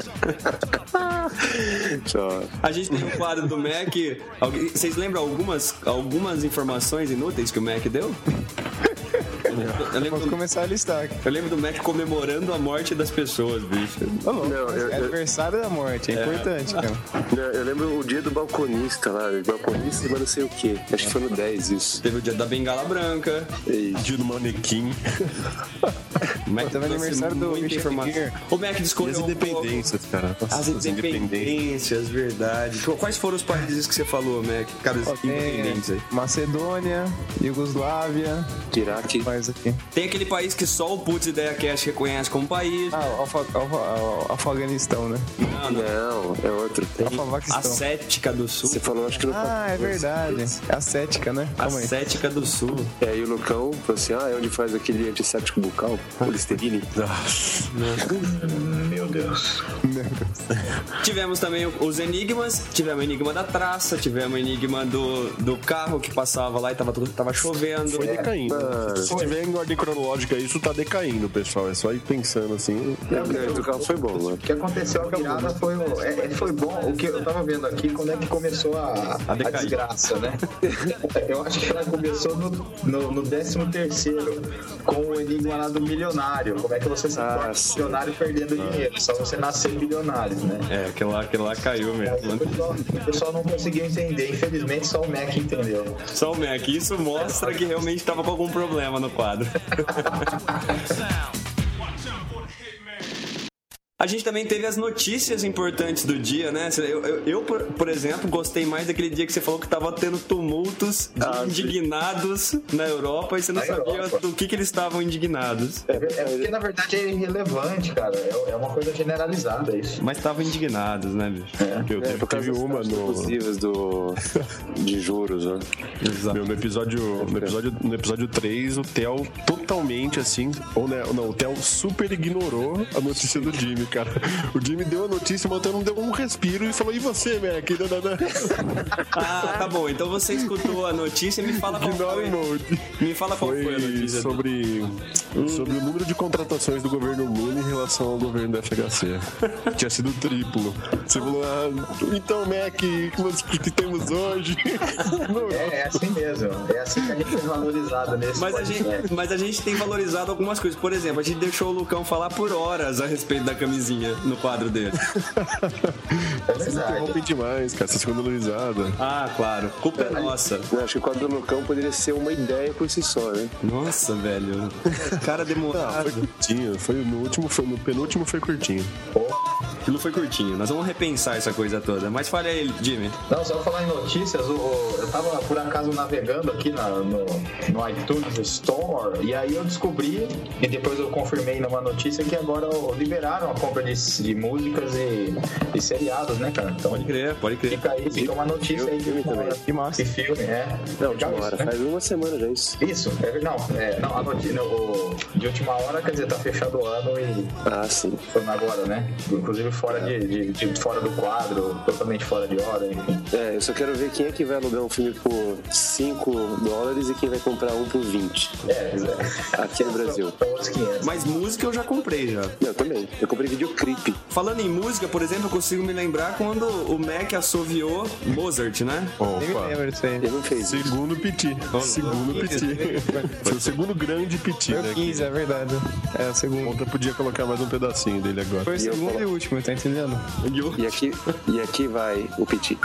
S5: Só.
S1: A gente tem o quadro do Mac. Alguém- Vocês lembram algumas, algumas informações inúteis que o Mac deu? eu lembro
S4: Vamos
S1: do-
S4: começar a listar.
S1: eu lembro do Mac comemorando a morte das pessoas, bicho.
S4: Alô,
S5: Não, eu-
S4: é
S5: eu-
S4: aniversário da morte, é, importante, [LAUGHS] cara.
S5: Não, eu lembro o dia do balconista lá, do balconista, mas não sei o quê. Acho que foi no 10 isso.
S1: Teve o dia da bengala branca.
S2: Dia do manequim.
S1: O Mac
S4: Teve
S1: trouxe
S4: aniversário do
S1: muita
S4: Richard
S1: informação.
S4: Gere.
S1: O Mac
S2: E as
S1: escolheu um pouco-
S2: independências, cara. Nossa,
S1: As independências, verdade. Pô, Quais foram os países que você falou, Mac? Cara, os independentes aí.
S4: É, Macedônia, Iugoslávia,
S5: Iraque.
S4: mais aqui.
S1: Tem aquele país que só o Putz Ideia Cast reconhece como país.
S4: Ah, o Alfa, Alfa, Alfa- Afeganistão, né?
S1: Não, não.
S5: Não, é outro.
S1: A
S4: Afavaquistão.
S1: Cética do Sul.
S5: Você falou, acho que no
S4: Ah, é verdade. É a cética, né?
S1: A
S4: Calma aí.
S1: Cética do Sul.
S5: É, e o Lucão falou assim: ah, é onde faz aquele antisséptico bucal,
S2: Ah.
S5: polisterine.
S3: Meu Deus.
S1: Tivemos também os enigmas. Tivemos o enigma da traça, tivemos o enigma do, do carro que passava lá e tava, tudo- tava chovendo.
S2: Foi tá decaindo.
S5: É.
S2: Se tiver em ordem cronológica, isso tá decaindo, pessoal. É só ir pensando assim.
S5: É, o grande do carro foi bom, né? mano.
S3: O que aconteceu a virada foi, o- é- é- foi bom. O que eu tava vendo aqui, quando é que começou a, a,
S1: decair.
S3: desgraça, né? [LAUGHS] Eu acho que ela começou no, no, no 13 terceiro, com o enigma lá do milionário. Como é que você se
S5: Ah,
S3: torna
S5: sim.
S3: milionário perdendo
S1: Ah.
S3: dinheiro? Só você nascer milionário, né?
S1: É, aquele lá, aquele lá caiu
S3: Aí O
S1: mesmo.
S3: pessoal, o pessoal não conseguiu entender, infelizmente só o Mac entendeu.
S1: Só o Mac. Isso mostra que realmente tava com algum problema no quadro. A gente também teve as notícias importantes do dia, né? Eu, eu- eu, por, por exemplo, gostei mais daquele dia que você falou que tava tendo tumultos de
S5: Ah, sim.
S1: indignados na Europa e você não
S3: Na
S1: sabia
S3: Europa.
S1: do que, que eles estavam indignados.
S3: É porque na verdade é irrelevante, cara. É, é uma coisa generalizada isso.
S1: Mas estavam indignados, né, bicho?
S2: Porque eu
S5: É, por causa
S2: teve
S5: das
S2: uma
S5: taxas
S2: no.
S5: abusivas do, de juros, né?
S1: Exato.
S2: Meu, no episódio, no episódio, no episódio 3, o Theo totalmente assim, ou né, não, o Theo super ignorou a notícia do Jimmy, cara. O Jimmy deu a notícia, mas o Theo não deu um respiro e falou: "E você, Mac?"
S1: Ah, tá bom. Então você escutou a notícia e me fala qual
S2: Ignora
S1: foi.
S2: o mode.
S1: Me fala qual foi a
S2: um Foi
S1: notícia.
S2: sobre, sobre o número de contratações do governo Lula em relação ao governo da [LAUGHS] FHC. Tinha sido triplo. Você falou, ah, então, Mac, o que temos hoje? Não,
S3: É, é assim mesmo. É assim que a gente é valorizado nesse
S1: Mas a, gente, mas a gente tem valorizado algumas coisas. Por exemplo, a gente deixou o Lucão falar por horas a respeito da camisinha no quadro dele.
S3: É
S2: vocês
S3: verdade.
S2: interrompem demais, cara. Vocês ficam dolorizados.
S1: Ah, claro. Culpa é nossa.
S5: Eu acho que o quadro do Lucão poderia ser uma ideia por si só, né?
S1: Nossa, velho. Cara
S2: Ah, foi
S1: demorado.
S2: curtinho. Foi no último, foi no penúltimo foi curtinho.
S1: Aquilo foi curtinho. Nós vamos repensar essa coisa toda. Mas fale aí, Jimmy.
S3: Não, só falar em notícias, o- o- eu tava por acaso navegando aqui na- no, no iTunes Store e aí eu descobri, e depois eu confirmei numa notícia, que agora ó, liberaram a compra de, de músicas e, e seriados, né, cara? Então
S1: Pode crer, pode crer.
S3: fica aí, fica uma notícia aí.
S5: filme também.
S3: Que massa. E filme, é.
S5: Não, de
S3: Legal
S5: uma
S3: isso,
S5: hora.
S3: né?
S5: Faz uma semana já isso.
S3: Isso, é, não, é, não, a notícia, o- de última hora, quer dizer, tá fechado o ano e
S5: Ah, sim.
S3: foi agora, né? Inclusive fora, de, de- de- fora do quadro, totalmente fora de hora, enfim.
S5: É, eu só quero ver quem é que vai alugar um filme por 5 dólares e quem vai comprar um por 20.
S3: É,
S5: Aqui no Brasil.
S3: São outros 500.
S1: Mas música eu já comprei já.
S5: Não, também. Eu comprei videoclipe.
S1: Falando em música, por exemplo, eu consigo me lembrar quando o Mac assoviou Mozart, né?
S4: Nem me lembro disso aí.
S5: Ele não fez isso.
S2: Segundo piti. Segundo piti. Foi o segundo grande piti,
S4: Foi
S2: né?
S4: o 15, é verdade. É o segundo.
S2: Conta podia colocar mais um pedacinho dele agora.
S4: Foi o
S5: E eu
S4: segundo
S5: colo-
S4: e último, tá entendendo?
S5: E aqui, e aqui vai o piti.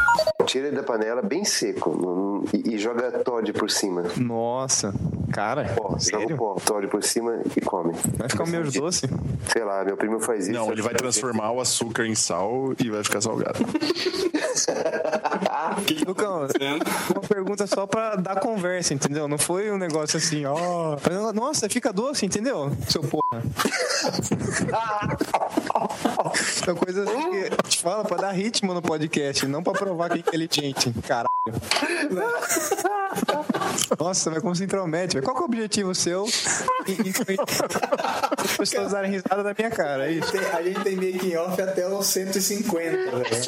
S5: Tira ele da panela bem seco não- e, e joga Todd por cima.
S4: Nossa, cara.
S5: Pó, joga o pó, Todd por cima e come.
S4: tá Vai ficar meio doce?
S5: Sei lá, meu primo faz isso.
S2: Não, ele vai transformar o açúcar em sal e vai ficar salgado.
S4: Lucão, Então,
S8: Tá
S4: é uma pergunta só pra dar conversa, entendeu? Não foi um negócio assim, ó. Mas, Nossa, fica doce, entendeu? Seu
S8: [LAUGHS]
S4: porra. São coisas assim que a gente fala pra dar ritmo no podcast, não pra provar que é inteligente. Caralho. Nossa, mas como se intromete? velho? Qual que é o objetivo seu? Em- em- As pessoas darem risada da minha cara, é isso.
S8: Tem- a gente tem making off até os 150, velho.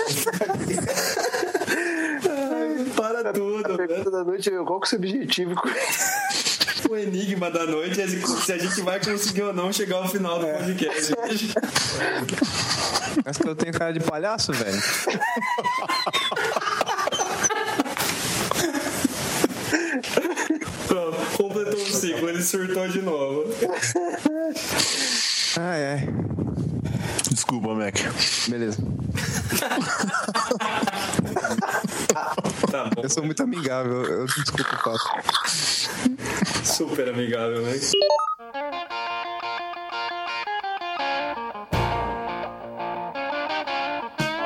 S1: Para tudo,
S5: A pergunta da noite é qual que é o seu objetivo com isso?
S1: O enigma da noite é se a gente vai conseguir ou não chegar ao final do podcast.
S4: Mas que eu tenho cara de palhaço, velho.
S1: Completou o ciclo, ele ele surtou de novo.
S4: Ai, ai.
S2: [LAUGHS] Desculpa, Mac.
S4: Beleza.
S1: Tá bom,
S4: Eu sou muito amigável. Eu desculpa o papo.
S1: super amigável, né?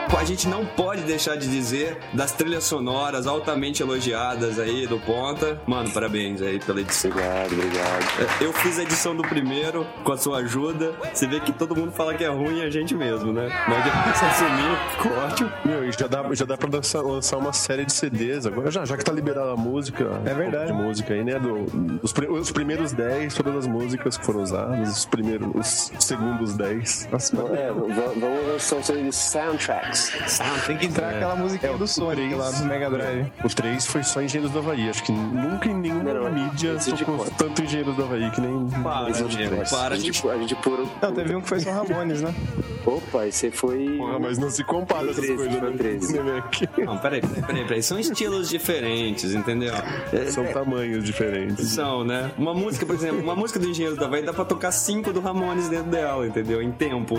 S1: Pô, A gente não pode deixar de dizer das trilhas sonoras altamente elogiadas aí do Ponta. Mano, parabéns aí pela edição. É,
S5: Obrigado, obrigado.
S1: Eu fiz a edição do primeiro com a sua ajuda. Você vê que todo mundo fala que é ruim e a gente mesmo, né? Mas depois você assumiu, ficou ótimo.
S2: Meu, e já dá, já dá pra lançar, lançar uma série de CDs agora, já, já que tá liberada a música. É
S4: verdade.
S2: De música aí, né? Do, os, pri- os primeiros 10, todas as músicas que foram usadas, os primeiros, os segundos 10. Nossa, mano.
S5: É, v- vamos lançar um som de soundtracks.
S4: Tem que entrar aquela musiquinha do Sonic lá do Mega Drive.
S2: O 3 foi só Engenheiros do Havaí. Acho que nunca em nenhuma
S5: Não, não,
S2: mídia
S5: esse de
S2: tocou
S5: conta.
S2: tanto Engenheiros do Havaí que nem.
S5: Ah,
S1: Para,
S5: é
S1: Diego, para.
S5: a
S1: A gente
S5: gente, a gente pôr o-
S4: Não, teve um que foi só Ramones, né?
S5: Opa, esse foi.
S2: Porra, mas não se compara essas
S5: 13,
S2: coisas,
S5: foi
S2: né?
S5: 13.
S2: né? Mac?
S5: [LAUGHS]
S1: Não, peraí, peraí, peraí, peraí. São estilos diferentes, entendeu?
S2: São tamanhos diferentes.
S1: São, né? Uma música, por exemplo, uma música do Engenheiro da Vai dá pra tocar cinco do Ramones dentro dela, entendeu? Em tempo.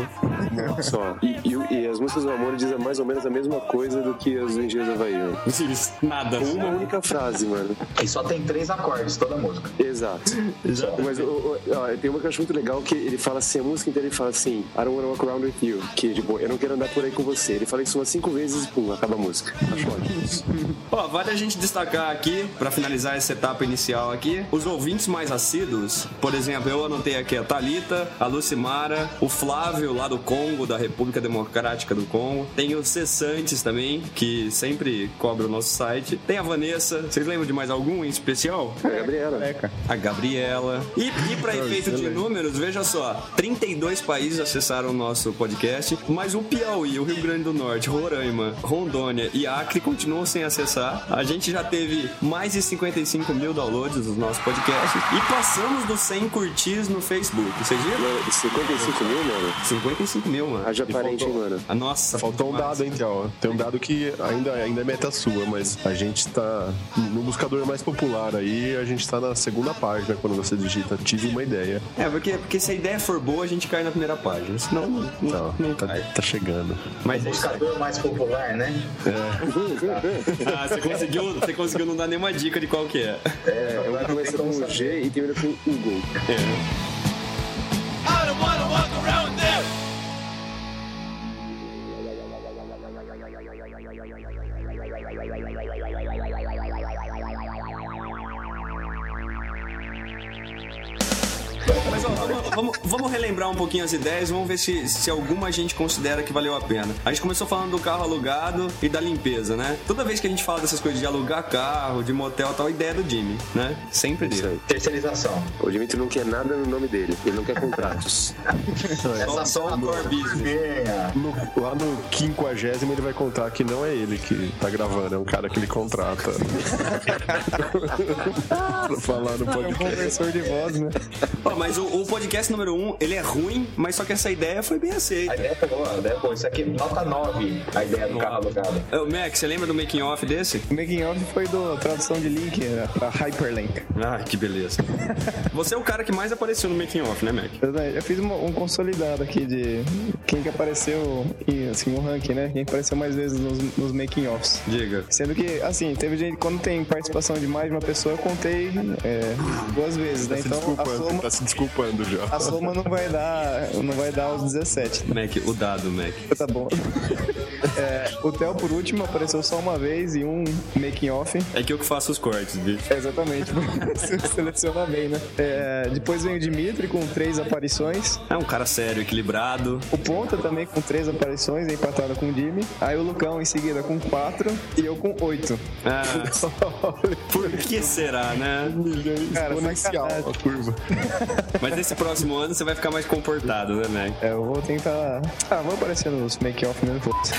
S5: Só. [LAUGHS] E, e o- e as músicas do amor dizem mais ou menos a mesma coisa do que as do Engenheiros da Bahia.
S1: Isso, Nada.
S5: Uma única frase, mano.
S3: E só tem três acordes toda a música.
S5: Exato. Exato. Mas o- o- ó, tem uma que eu acho muito legal que ele fala assim, a música inteira ele fala assim, I don't wanna walk around with you. Que tipo, eu não quero andar por aí com você. Ele fala isso umas cinco vezes e pum, acaba a música. Tá Acho ótimo.
S1: Ó, vale a gente destacar aqui, pra finalizar essa etapa inicial aqui, os ouvintes mais assíduos, por exemplo, eu anotei aqui a Thalita, a Lucimara, o Flávio lá do Congo, da República Democrática do Congo, tem o Cessantes também, que sempre cobra o nosso site, tem a Vanessa, vocês lembram de mais algum em especial?
S5: É, Gabriela.
S2: É.
S1: a Gabriela. E, e [LAUGHS] para efeito de números, veja só: 32 países acessaram o nosso podcast, mas o Piauí, o Rio Grande do Norte, Roraima, Rondônia e Acre continuam sem acessar. A gente já teve mais de 55 mil downloads dos nossos podcasts e passamos dos 100 curtis no Facebook. Vocês viram?
S5: Mano, 55 mil, mano.
S1: 55 mil, mano.
S5: Haja parente, hein, mano.
S1: Ah, Nossa,
S2: Faltou um dado, hein, Théo? Tem um dado que ainda, ainda é meta sua, mas a gente tá no buscador mais popular aí, a gente tá na segunda página quando você digita Tive uma ideia.
S1: É, porque, porque se a ideia for boa, a gente cai na primeira página. Senão, não,
S2: Então,
S1: não
S2: tá,
S1: cai.
S2: tá chegando.
S1: Mas é isso aí.
S3: Buscador mais popular, né?
S1: [LAUGHS] Ah, você conseguiu, você conseguiu não dar nenhuma dica de qual que é.
S5: É, um começa com um G e termina com Google.
S1: Mas ó, vamos, vamos- vamos relembrar um pouquinho as ideias, vamos ver se, se alguma a gente considera que valeu a pena. A gente começou falando do carro alugado e da limpeza, né? Toda vez que a gente fala dessas coisas de alugar carro, de motel e tal, a ideia é do Jimmy, né? Sempre
S5: Isso
S1: dele.
S5: aí.
S3: Terceirização.
S5: O Dimitri não quer nada no nome dele. Ele não quer contratos.
S1: Só, um só a core business.
S3: Ganha.
S2: No- lá no quinquagésimo ele vai contar que não é ele que tá gravando, é um cara que ele
S5: [LAUGHS]
S2: contrata. pra falar no podcast.
S4: Professor de voz, né?
S1: Ó, mas o, o podcast número um, ele é ruim, mas só que essa ideia foi bem aceita.
S3: A ideia é boa, a ideia é boa. Isso aqui, nota 9, a ideia do carro alugado.
S1: Ô, Max, você lembra do making off desse?
S4: O making of foi do tradução de link né, pra Hyperlink.
S1: Ai, que beleza. Você é o cara que mais apareceu no making off, né, Mac?
S4: Eu, eu fiz um, um consolidado aqui de quem que apareceu, e, assim, um ranking, né? Quem que apareceu mais vezes nos, nos making offs.
S1: Diga.
S4: Sendo que, assim, teve gente, quando tem participação de mais de uma pessoa, eu contei é, duas vezes, né?
S2: Tá se
S4: Então a
S2: desculpando,
S4: soma,
S2: tá se desculpando já.
S4: a soma não vai dar, não vai dar os 17.
S1: Mac, o dado, Mac.
S4: Tá bom. É, o Theo, por último, apareceu só uma vez e um making off.
S1: É que eu que faço os cortes, bicho.
S4: É, Exatamente, [LAUGHS] você seleciona bem, né? É, depois vem o Dimitri com três aparições.
S1: É um cara sério, equilibrado.
S4: O Ponta também com três aparições, empatado com o Jimmy. Aí o Lucão em seguida com quatro e eu com
S2: [LAUGHS]
S4: oito.
S1: Ah,
S5: [LAUGHS]
S1: Por que será, né?
S4: Cara,
S2: Exponencial
S4: sacanagem.
S2: a curva.
S1: Mas nesse próximo ano você vai ficar mais comportado, né, Mac?
S4: É, eu vou tentar. Ah, vou aparecer nos make-off mesmo. foda-se.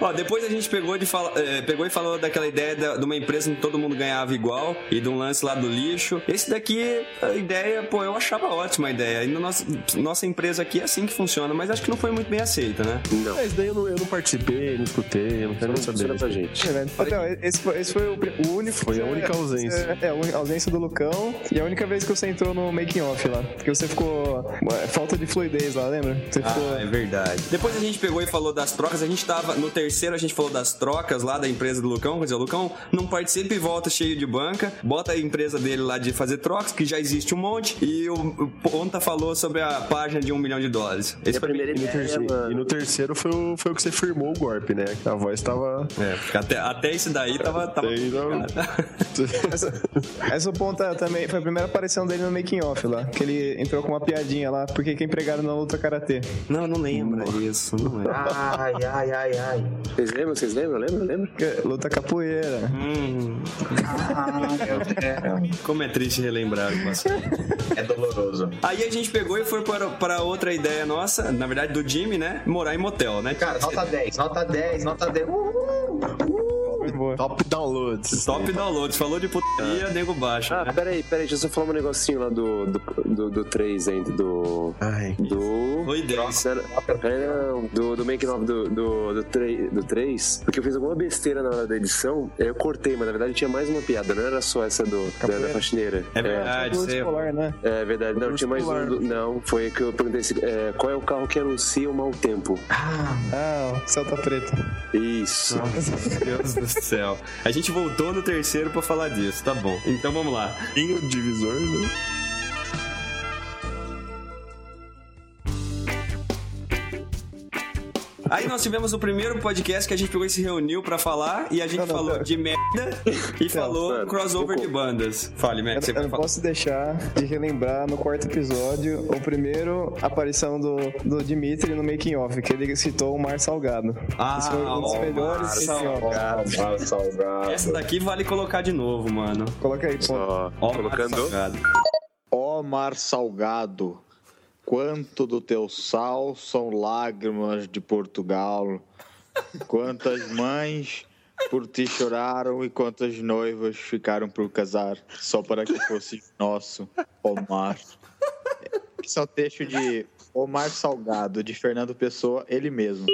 S1: Ó, depois a gente pegou, de fala- eh, pegou e falou daquela ideia da- de uma empresa em que todo mundo ganhava igual e de um lance lá do lixo. Esse daqui, a ideia, pô, eu achava ótima a ideia. E no nosso, nossa empresa aqui é assim que funciona, mas acho que não foi muito bem aceita, né?
S5: Não.
S2: Mas daí eu não, eu não participei, não escutei, eu não quero
S5: Não
S2: nem saber.
S5: funciona pra gente.
S4: É, velho. Então, esse foi, esse foi o, pri- o único.
S2: Foi a única ausência.
S4: É, é, a ausência do Lucão e a única vez que você entrou no making off lá. Porque você ficou. ué, Falta de fluidez lá, lembra? Você ficou.
S1: Ah, é verdade. Depois a gente pegou e falou das trocas. A gente tava no terceiro, a gente falou das trocas lá da empresa do Lucão. Quer dizer, o Lucão não participa e volta cheio de banca. Bota a empresa dele lá de fazer trocas, que já existe um monte. E o, o Ponta falou sobre a página de um milhão de dólares.
S5: E
S1: Esse
S5: a
S1: foi
S5: é primeira
S2: E no
S5: ideia,
S2: é terceiro, e
S5: mano.
S2: no terceiro foi, o, foi o que você firmou o golpe, né? A voz tava.
S1: É, porque até, até esse daí tava. tava
S2: Daí não-
S1: [LAUGHS]
S4: Essa,
S2: Ah.
S4: essa ponta também foi a primeira aparição dele no making off lá. Que ele entrou com uma piadinha lá, porque que empregaram na luta karatê.
S1: Não, não lembro isso. Não lembro.
S8: Ai, ai, ai, ai.
S5: Vocês lembram? Vocês lembram? Lembra? Lembra?
S4: Que- Luta capoeira.
S1: Hum,
S8: Ah, meu Deus.
S1: como é triste relembrar o passado.
S8: É doloroso.
S1: Aí a gente pegou e foi para, para outra ideia nossa, na verdade do Jimmy, né? Morar em motel, né?
S8: Cara, nota 10, nota 10, nota 10. Uhul.
S4: Foi boa.
S2: Top downloads.
S1: Top downloads, falou de putaria, nego baixo.
S5: Ah,
S1: né?
S5: peraí, peraí, deixa eu só falar um negocinho lá do, do, do, do 3 ainda, do.
S2: Ai.
S5: Do.
S1: Foi ideia.
S5: Sério, é, não, do, do Make Off do, do, do, 3, do 3, porque eu fiz alguma besteira na hora da edição, aí eu cortei, mas na verdade tinha mais uma piada, não era só essa do, da, da faxineira.
S1: É
S2: Ah,
S1: verdade,
S4: Foi
S1: você.
S4: escolar, né?
S5: É verdade, não, tinha mais um. do- não, foi que eu perguntei se, é, qual é o carro que anuncia o mau tempo.
S4: Ah, o céu tá preto.
S5: Isso.
S1: Deus do céu. A gente voltou no terceiro pra falar disso, tá bom. Então vamos lá.
S2: Em o divisor, né?
S1: Aí nós tivemos o primeiro podcast que a gente pegou e se reuniu pra falar e a gente
S4: Não, não,
S1: falou
S4: pera.
S1: de merda e falou
S5: pera,
S1: crossover de bandas. Fale,
S4: Eu,
S1: Mac, você
S4: eu
S1: vai
S4: não
S1: falar.
S4: posso deixar de relembrar no quarto episódio o primeiro aparição do, do Dimitri no making off, que ele citou o Mar Salgado.
S1: Ah,
S4: Esse foi um dos
S1: o Mar
S4: melhores making off.
S8: Salgado, salgado.
S1: Essa daqui vale colocar de novo, mano.
S4: Coloca aí, pô.
S10: Ó,
S1: Ó,
S10: colocando.
S1: Salgado.
S10: Ó mar salgado, quanto do teu sal são lágrimas de Portugal, quantas mães por ti choraram e quantas noivas ficaram por casar, só para que fosse nosso, ó mar. Isso é um texto de Ó Mar Salgado, de Fernando Pessoa, ele mesmo.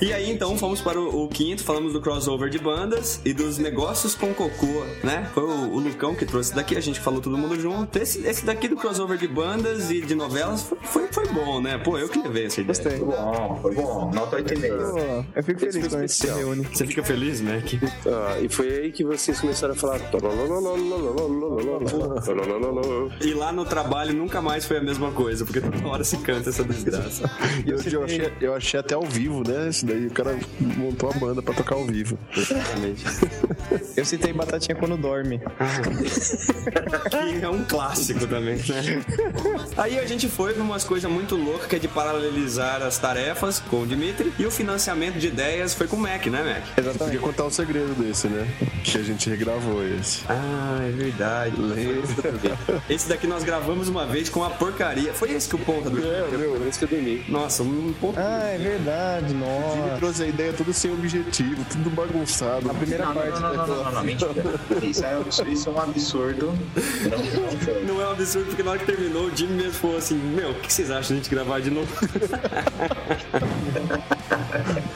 S1: E aí então fomos para o, o quinto, falamos do crossover de bandas e dos negócios com cocô, né? Foi o, o Lucão que trouxe daqui, a gente falou todo mundo junto. Esse, esse daqui do crossover de bandas e de novelas foi, foi, foi bom, né? Pô, eu que levei essa ideia.
S4: Gostei.
S8: Bom, foi bom. Nota 8,5.
S4: Pô, eu fico feliz quando a gente se reúne.
S1: Você fica feliz, Mac?
S5: Ah, e foi aí que vocês começaram a falar.
S1: E lá no trabalho nunca mais foi a mesma coisa, porque toda hora se canta essa desgraça.
S2: Eu, eu achei, eu achei até ao vivo, né? Isso daí o cara montou a banda pra tocar ao vivo.
S1: Exatamente.
S4: Eu citei Batatinha quando dorme.
S1: que é um clássico também, né? Aí a gente foi pra umas coisas muito loucas, que é de paralelizar as tarefas com o Dimitri. E o financiamento de ideias foi com o Mac, né, Mac?
S2: Podia contar o segredo desse, né? Que a gente regravou esse.
S1: Ah, é verdade. Esse daqui nós gravamos uma vez com uma porcaria. Foi esse que o ponta do.
S5: Por isso que eu dormi.
S1: Nossa, um ponto.
S4: Ah, é verdade,
S2: Ele
S4: nossa.
S2: trouxe a ideia toda sem objetivo, tudo bagunçado.
S4: A primeira
S8: Não, não,
S4: parte.
S8: não, não, não, não, não, não, mentira. Isso é, um- isso é um absurdo. Não, não, foi.
S1: Não é um absurdo, porque na hora que terminou, o Jimmy mesmo falou assim: Meu, o que vocês acham de a gente gravar de novo? [LAUGHS]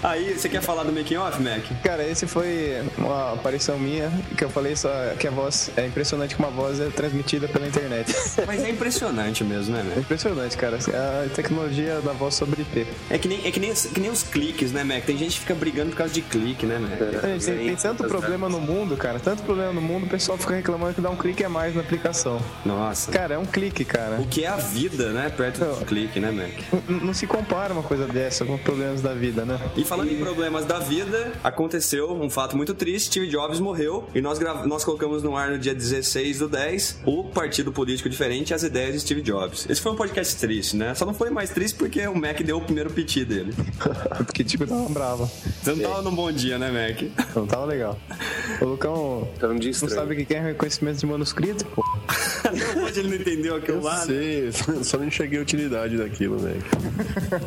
S1: Aí, você quer falar do making off, Mac?
S4: Cara, esse foi uma aparição minha, que eu falei só que a voz é impressionante como a voz é transmitida pela internet. [LAUGHS]
S1: Mas é impressionante mesmo, né, Mac?
S4: É impressionante, cara. assim, A tecnologia da voz sobre IP.
S1: É que nem, é que nem, que nem os cliques, né, Mac? Tem gente que fica brigando por causa de clique, né,
S5: É.
S1: Mac?
S4: Gente, tem, tem tanto problema no mundo, cara. Tanto problema no mundo, o pessoal fica reclamando que dá um clique a mais na aplicação.
S1: Nossa.
S4: Cara, é um clique, cara.
S1: O que é a vida, né? Perto do
S4: Não.
S1: clique, né, Mac?
S4: N- n- Não se compara uma coisa dessa com problemas da vida, [LAUGHS] né?
S1: E falando em problemas da vida, aconteceu um fato muito triste: Steve Jobs morreu e nós, grava- nós colocamos no ar no dia 16 do 10 o Partido Político Diferente e as ideias de Steve Jobs. Esse foi um podcast triste, né? Só não foi mais triste porque o Mac deu o primeiro piti dele.
S4: Porque, tipo, eu tava bravo.
S1: Você não
S2: É.
S1: tava num bom dia, né,
S2: [LAUGHS]
S1: Mac?
S4: Não tava legal. O Lucão
S5: Tá um dia
S4: não
S5: estranho.
S4: sabe o que é reconhecimento de manuscrito, pô.
S1: hoje ele não entendeu aquilo
S2: Eu
S1: lá. né?
S2: sei, [LAUGHS] só- só não enxerguei a utilidade daquilo, né? velho.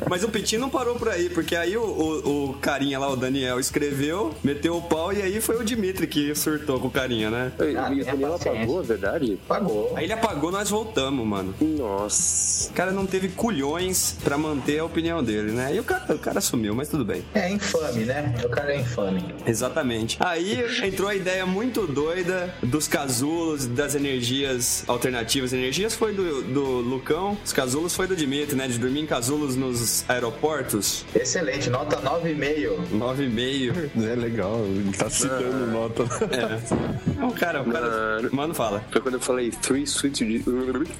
S1: Mas o Pitinho não parou por aí, porque aí o, o- o carinha lá, o Daniel, escreveu, meteu o pau e aí foi o Dimitri que surtou com o carinha, né?
S5: E
S8: Ah,
S5: o
S8: minha
S5: Daniel
S8: paciência.
S5: apagou, é verdade?
S8: Pagou.
S1: Aí ele apagou, nós voltamos, mano.
S5: Nossa.
S1: O cara não teve culhões pra manter a opinião dele, né? E o cara, o cara sumiu, mas tudo bem.
S8: É infame, né? O cara é infame.
S1: Exatamente. Aí entrou a ideia muito doida dos casulos, das energias alternativas. Energias foi do, do Lucão, os casulos foi do Dimitri, né? De dormir em casulos nos aeroportos.
S8: Excelente, nota 9,5.
S1: 9,5.
S2: É legal, ele tá citando nota.
S1: É. O cara, o cara. Mano, fala.
S5: Foi quando eu falei Three Sweet Re-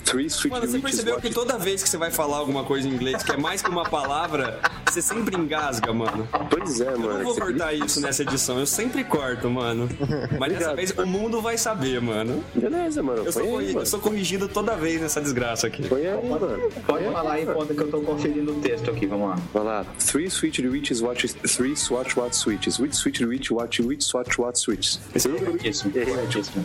S5: Three Sweet
S1: Mano, você
S5: Rich
S1: percebeu que
S5: Watch.
S1: toda vez que você vai falar alguma coisa em inglês, que é mais que uma palavra, você sempre engasga, mano.
S5: Pois é,
S1: Eu não
S5: mano.
S1: vou
S5: Você-
S1: cortar isso né? nessa edição, eu sempre corto, mano. Mas dessa
S5: Obrigado.
S1: vez o mundo vai saber, mano.
S5: Beleza, mano.
S1: Eu sou,
S5: Foi
S1: corri-
S5: aí,
S1: eu
S5: mano.
S1: sou corrigido toda vez nessa desgraça aqui.
S5: Foi aí, mano.
S8: Pode falar aí, conta que eu tô conferindo o texto aqui, vamos lá.
S5: Vai lá. Three Sweet Witches Watch Three Swatch Watch Switches. Which Sweet Witch Watch Which Swatch Watch Switches.
S8: Isso, corretíssimo.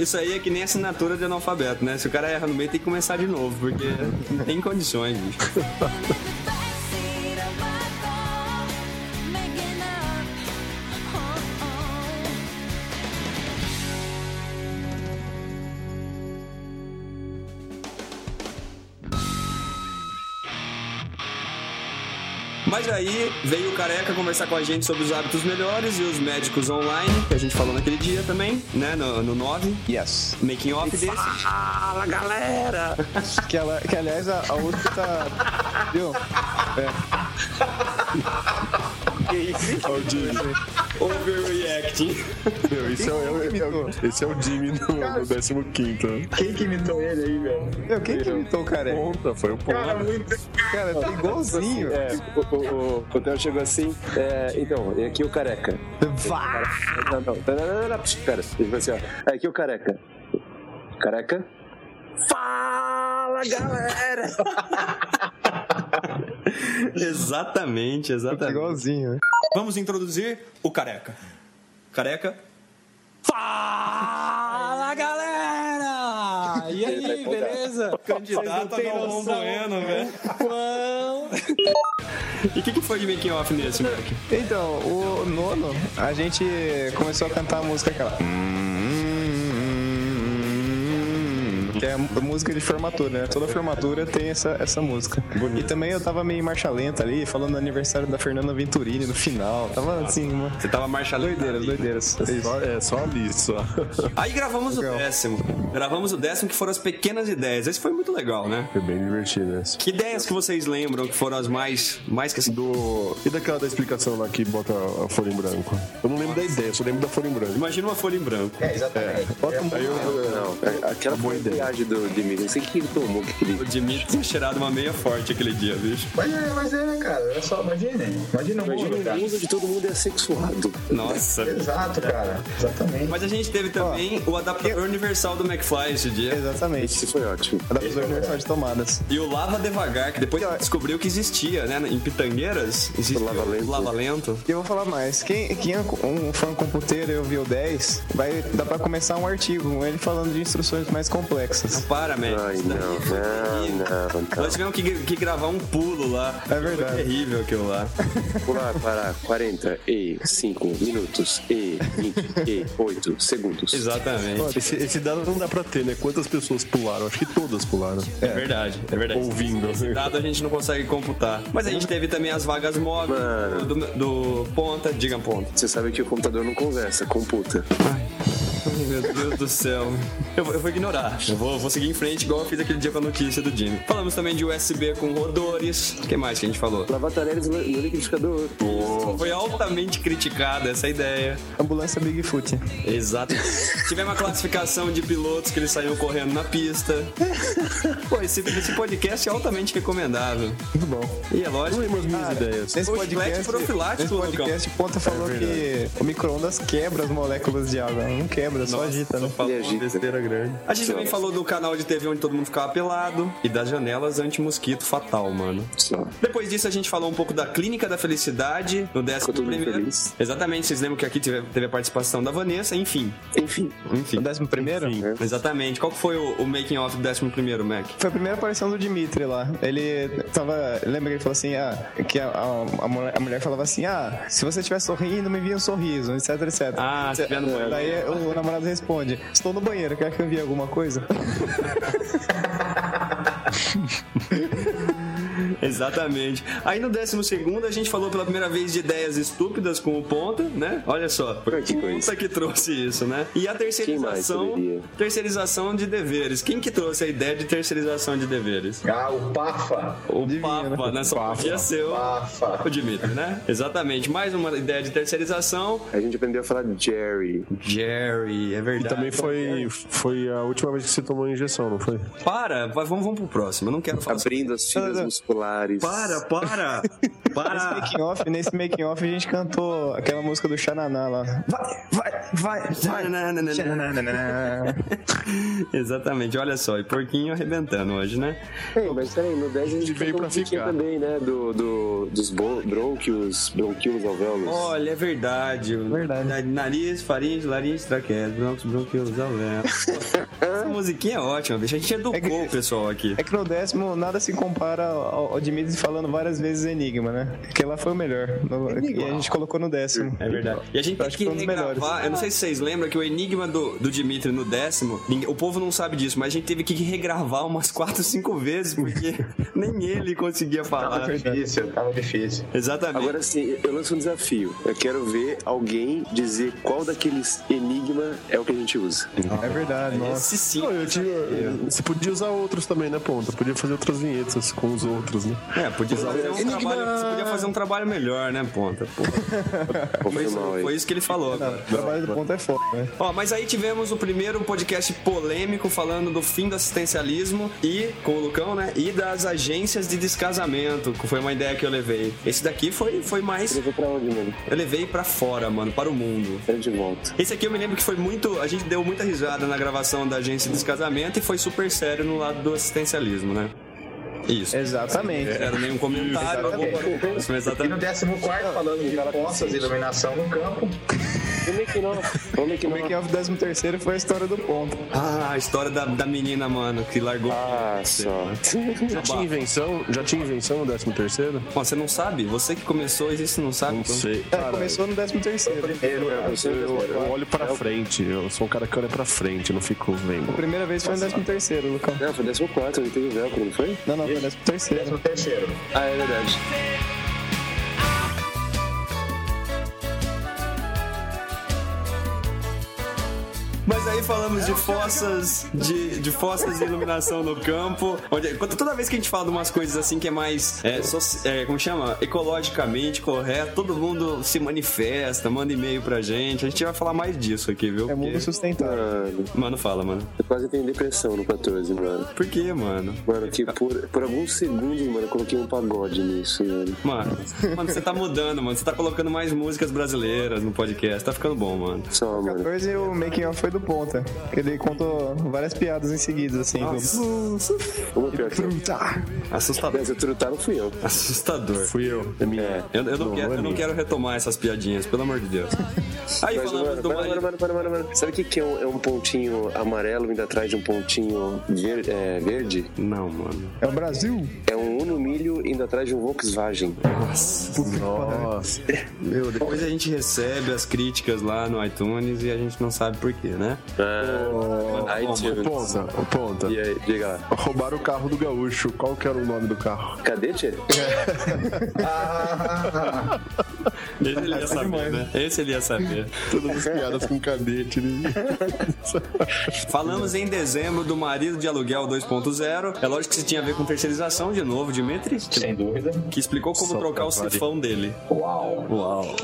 S1: Isso aí é que nem assinatura de analfabeto, né? Se o cara erra no meio, tem que começar de novo, porque não tem condições, bicho.
S7: Vai ser a batalha, making up, oh oh.
S1: Mas aí veio o Careca conversar com a gente sobre os hábitos melhores e os médicos online, que a gente falou naquele dia também, né? No, no 9,
S4: Yes.
S1: making off desse.
S5: Fala, galera!
S4: Que, ela, que aliás, a, a outra tá. Viu?
S1: Overreacting.
S2: Meu, esse, é, o- é o- é o- esse é o Jimmy no, no 15.
S8: Quem que imitou Então ele aí, velho?
S4: Meu, quem que imitou o careca?
S2: Ponta, foi um o ponta.
S8: Cara, muito.
S4: Cara, tá igualzinho.
S5: É, o, o, o, o Theo chegou assim. É, então, e aqui o careca.
S4: Vá!
S5: Não, não, não, não, não, não, psh, pera. Ele falou assim, ó. É aqui o careca. Careca? Fala, galera!
S1: exatamente,
S4: Tá
S1: exatamente.
S4: igualzinho. né?
S1: Vamos introduzir o Careca. Careca? Fala, galera! E aí, beleza? Candidato a Galvão Bueno, velho. E o que, que foi de making off nesse, moleque?
S4: Então, o nono, a gente começou a cantar a música aquela. Que é a música de formatura, né? Toda formatura tem essa, essa música. E também eu tava meio em marcha lenta ali, falando do aniversário da Fernanda Venturini no final. Tava assim, uma...
S1: Você tava marchalando.
S4: doideiras, doideiras. É isso.
S2: Só- é, só ali, só.
S1: Aí gravamos o décimo. Gravamos o décimo, que foram as pequenas ideias. Esse foi muito legal, né?
S2: Foi bem divertido essa.
S1: Que ideias que vocês lembram que foram as mais. mais que assim.
S2: Do... E daquela da explicação lá que bota a folha em branco? Eu não lembro da ideia, eu só lembro da folha em branco. um
S1: Imagina uma folha em branco.
S8: É, exatamente.
S5: Aí eu,
S2: é,
S5: não, não, aquela foi a viagem do Dimitri. Não sei o que ele tomou, o que que ele
S1: O Dimitri tinha cheirado uma meia forte aquele dia, bicho.
S8: Mas é, mas é, cara, é só, imagina. Imagina o mundo,
S5: Imagina um
S8: cara.
S5: mundo onde todo mundo é sexuado.
S1: Nossa,
S8: Exato, cara. Exatamente.
S1: Mas a gente teve também o adaptador universal do McFly esse dia.
S4: Exatamente.
S5: Isso foi ótimo.
S4: Adaptador universal de tomadas.
S1: E o Lava Devagar, que depois descobriu que existia, né? Em Pitangueiras, existe o Lava Lento.
S4: E eu vou falar mais. Quem, quem é um fã computeiro e ouviu 10, vai dar pra começar um artigo com ele falando de instruções mais complexas.
S1: Para, man.
S5: Ai,
S1: Isso daí
S5: não,
S1: foi terrível.
S5: não, não, não.
S1: Nós tivemos que, que gravar um pulo lá.
S4: É verdade.
S1: Foi terrível aquilo lá.
S5: Pular para 40 e 5 minutos e 20 e 8 segundos.
S1: Exatamente.
S2: Esse, esse dado não dá pra ter, né? Quantas pessoas pularam? Acho que todas pularam.
S1: É verdade, é verdade.
S2: Ouvindo.
S1: Esse dado a gente não consegue computar. Mas a gente teve também as vagas móveis do, do Ponta, diga Ponta.
S5: Você sabe que o computador não conversa, computa.
S1: Ai, Meu Deus do céu. Eu, vou- eu vou ignorar. Eu vou, vou seguir em frente, igual eu fiz aquele dia com a notícia do Dino. Falamos também de USB com rodores. O que mais que a gente falou?
S5: Lavar talheres no no liquidificador.
S1: Foi altamente criticada essa ideia.
S4: Ambulância Bigfoot.
S1: Exato. Tivemos a classificação de pilotos que eles saíram correndo na pista. Pô, esse, esse podcast é altamente recomendável. Muito bom. E é lógico.
S2: Umas minhas ideias.
S4: Nesse
S1: O chiclete
S4: podcast,
S1: profilático,
S4: nesse podcast Ponta falou que o micro-ondas quebra as moléculas de água. Não quebra, só agita, né?
S1: Falou uma
S5: agita.
S2: né?
S1: besteira
S9: grande.
S1: A gente também falou do canal de TV onde todo mundo ficava pelado e das janelas anti-mosquito fatal, mano. Depois disso, a gente falou um pouco da Clínica da Felicidade, no décimo
S5: todo mundo
S1: primeiro.
S5: feliz.
S1: Exatamente, vocês lembram que aqui teve, teve a participação da Vanessa, enfim.
S5: Enfim,
S1: Enfim.
S4: O décimo primeiro?
S5: É.
S1: Exatamente. Qual que foi o, o making off do décimo primeiro, Mac?
S4: Foi a primeira aparição do Dimitri lá. Ele tava. Lembra que ele falou assim: ah, que a, a- a mulher, a mulher falava assim: ah, se você estiver sorrindo, me envia um sorriso, etc, etc.
S1: Ah, se tiver no banheiro.
S4: Daí o namorado responde: estou no banheiro, quer que eu envie alguma coisa?
S1: [LAUGHS] [LAUGHS] Exatamente. Aí no décimo segundo a gente falou pela primeira vez de ideias estúpidas com o Ponta, né? Olha só.
S5: que coisa.
S1: Ponta que trouxe isso, né? E a terceirização,
S5: Quem mais poderia?
S1: terceirização de deveres. Quem que trouxe a ideia de terceirização de deveres?
S8: Ah, o Pafa.
S1: O Papa, né? Só
S4: Papa.
S1: podia ser o,
S8: Pafa.
S1: o Dimitri, né? Exatamente. Mais uma ideia de terceirização.
S5: a gente aprendeu a falar de Jerry.
S1: Jerry, é
S2: E
S1: verdade.
S2: também foi, foi a última vez que você tomou injeção, não foi?
S1: Para, vai- vamos, vamos pro próximo. Eu não quero falar. sobre-
S5: Abrindo as fibras musculares.
S1: Para, [LAUGHS] para!
S4: Nesse
S1: Para!
S4: making off, nesse making off a gente cantou aquela música do Xananá lá. Vai, vai, vai, vai. Xananá.
S1: [LAUGHS] Exatamente, olha só, e porquinho arrebentando hoje, né?
S5: Ei, mas peraí, no 10 a gente
S2: veio pra
S5: cantou um pouquinho
S2: ficar.
S5: também, né? Do, do, dos bo- bronquios, bronquios alvéolos.
S1: Olha, é verdade.
S4: Verdade.
S1: Na- Nariz, faringe, laringe, traqueia, broncos, bronquios,
S4: [LAUGHS]
S1: alvéolos. Essa musiquinha é ótima, bicho. A gente educou
S4: É que-
S1: o pessoal aqui.
S4: É que no décimo nada se compara ao, ao Dimitri falando várias vezes Enigma, né? Que lá foi o melhor. No- e a gente colocou no décimo.
S1: É verdade. E a gente
S4: Eu
S1: tem
S4: acho
S1: que
S4: que foi um dos
S1: regravar.
S4: melhores.
S1: Eu não sei se vocês lembram que o enigma do, do Dimitri no décimo, ninguém- o povo não sabe disso, mas a gente teve que regravar umas quatro, cinco vezes, porque [LAUGHS] nem ele conseguia
S8: Tava
S1: falar.
S8: difícil, tava difícil.
S1: Exatamente.
S5: Agora sim, eu lanço um desafio. Eu quero ver alguém dizer qual daqueles enigma é o que a gente usa.
S4: É verdade, nossa.
S1: Esse sim.
S2: Não, eu tinha- você podia usar outros também, né, Ponta? Podia fazer outras vinhetas com os outros,
S5: [LAUGHS]
S2: né?
S1: É, podia fazer um trabalho, você podia fazer um trabalho melhor, né, Ponta?
S5: [LAUGHS]
S1: Pô, foi,
S5: Qual foi
S1: isso,
S5: mal aí?
S1: foi isso que ele falou. cara.
S4: O trabalho do ponto é foda, né?
S1: Ó, mas aí tivemos o primeiro podcast polêmico falando do fim do assistencialismo e, com o Lucão, né? E das agências de descasamento, que foi uma ideia que eu levei. Esse daqui foi, foi mais.
S5: Você foi pra onde, mano?
S1: Eu levei pra fora, mano, para o mundo.
S5: Era de volta.
S1: Esse aqui eu me lembro que foi muito. A gente deu muita risada na gravação da agência de descasamento e foi super sério no lado do assistencialismo, né? Isso.
S4: Exatamente.
S1: Não era nenhum comentário, vamos para o próximo,
S8: E no
S1: exatamente.
S8: 14 falando de poças e iluminação no campo.
S5: Como é que não? Como é que
S4: O
S5: não?
S4: making off do décimo terceiro foi a história do ponto.
S1: Ah, a história da, da menina, mano, que largou.
S5: Ah, só.
S2: Já tinha invenção? Já tinha invenção no 13 terceiro?
S1: Ó, Você não sabe? Você que começou e você não sabe?
S2: Não
S1: então-
S2: sei.
S4: É,
S2: Cara,
S4: começou no décimo terceiro.
S8: Primeiro, cara.
S2: eu,
S5: é.
S2: eu olho pra frente. Eu sou um cara que olha pra frente, eu não fico vendo.
S4: Primeira vez foi no décimo terceiro, Lucão.
S5: Não, foi 14, não teve velcro, não foi?
S4: Não, não, foi no décimo terceiro.
S8: Décimo terceiro.
S5: Ah, é verdade.
S1: Mas aí falamos de fossas, de, de fossas de iluminação no campo. Onde, quando- toda vez que a gente fala de umas coisas assim que é mais, é, soci- é, como chama? Ecologicamente correto, todo mundo se manifesta, manda e-mail pra gente. A gente vai falar mais disso aqui, viu?
S4: É mundo
S1: Porque-
S4: sustentável.
S5: Mano,
S1: Mano, fala, mano.
S5: eu quase tenho depressão no 14, mano.
S1: Por que, mano?
S5: Mano, que por, por alguns segundos, mano, eu coloquei um pagode nisso, mano.
S1: Mano, mano, você tá mudando, mano. Você tá colocando mais músicas brasileiras no podcast. Tá ficando bom, mano.
S5: Só, mano.
S4: 14 o making off foi do ponta. Que ele contou várias piadas em seguida, assim. Como...
S5: Uma pior que eu.
S1: Assustador.
S5: Mas eu trutar não fui eu.
S1: Assustador.
S2: Fui eu. É minha.
S1: Eu, eu não, quero,
S2: Não, não é
S1: eu não
S2: minha.
S1: quero retomar essas piadinhas, pelo amor de Deus. Aí
S5: Mas,
S1: falamos
S5: mano,
S1: do
S5: mano,
S1: marido.
S5: mano, mano, mano, mano, mano. Sabe o que, que é, um, é um pontinho amarelo vindo atrás de um pontinho ver- é, verde?
S1: Não, mano.
S4: É o Brasil?
S5: É um Uno Milho indo atrás de um Volkswagen.
S2: Nossa. Meu Deus.
S1: Depois a gente recebe as críticas lá no iTunes e a gente não sabe porquê, né?
S5: Aí,
S2: Ô,
S5: tio.
S2: Ponta, ô, Ponta.
S5: E aí, diga lá.
S2: Roubaram o carro do gaúcho. Qual que era o nome do carro?
S5: Cadê, [LAUGHS] tio?
S1: Esse ele ia saber, né? Esse ele ia saber.
S2: Todas as piadas com cadete. Né?
S5: [LAUGHS]
S1: Falamos em dezembro do marido de aluguel 2.0. É lógico que isso tinha a ver com terceirização de novo, Dimitri.
S8: Sem dúvida.
S1: Que explicou como
S2: Só
S1: trocar o
S2: pra variar.
S1: sifão dele.
S8: Uau.
S1: Uau.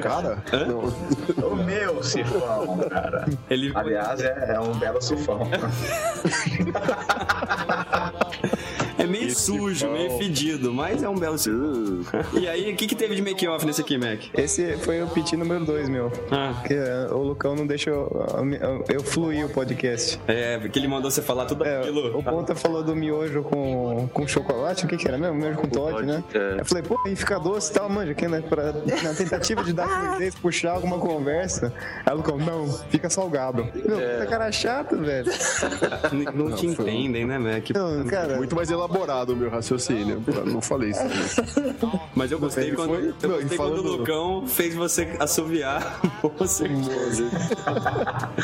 S2: Cara? Não.
S8: O meu sifão, cara.
S1: Ele.
S8: Aliás, é, é um belo sifão.
S1: É meio sujo,
S4: pau.
S1: meio fedido, mas é um belo.
S2: Uh.
S1: e aí, o que, que teve de make-off nesse aqui, Mac?
S4: Esse foi o pit número 2, meu.
S1: Ah.
S4: Que, é, o Lucão não deixa eu, eu, eu fluir o podcast. É,
S1: É, porque ele mandou você falar
S2: É,
S1: tudo aquilo.
S4: O Ponta falou do miojo com, com chocolate, o que que era mesmo? Miojo com Todd, né? Eu falei, pô, aí fica doce e tal, manja, que, né? Pra, na tentativa de dar fluidez, puxar alguma conversa. Aí o Lucão, não, fica salgado. Meu, puta cara chato, velho.
S1: Não, te
S2: um-
S1: entendem, né, Mac?
S4: Não, cara,
S2: Muito mais elaborado o meu raciocínio. Eu Não falei isso.
S1: Mas eu gostei
S2: Ele
S1: quando,
S2: foi-
S1: eu
S2: não,
S1: gostei
S2: ele
S1: quando o
S2: falando-
S1: Lucão fez você assoviar. Você...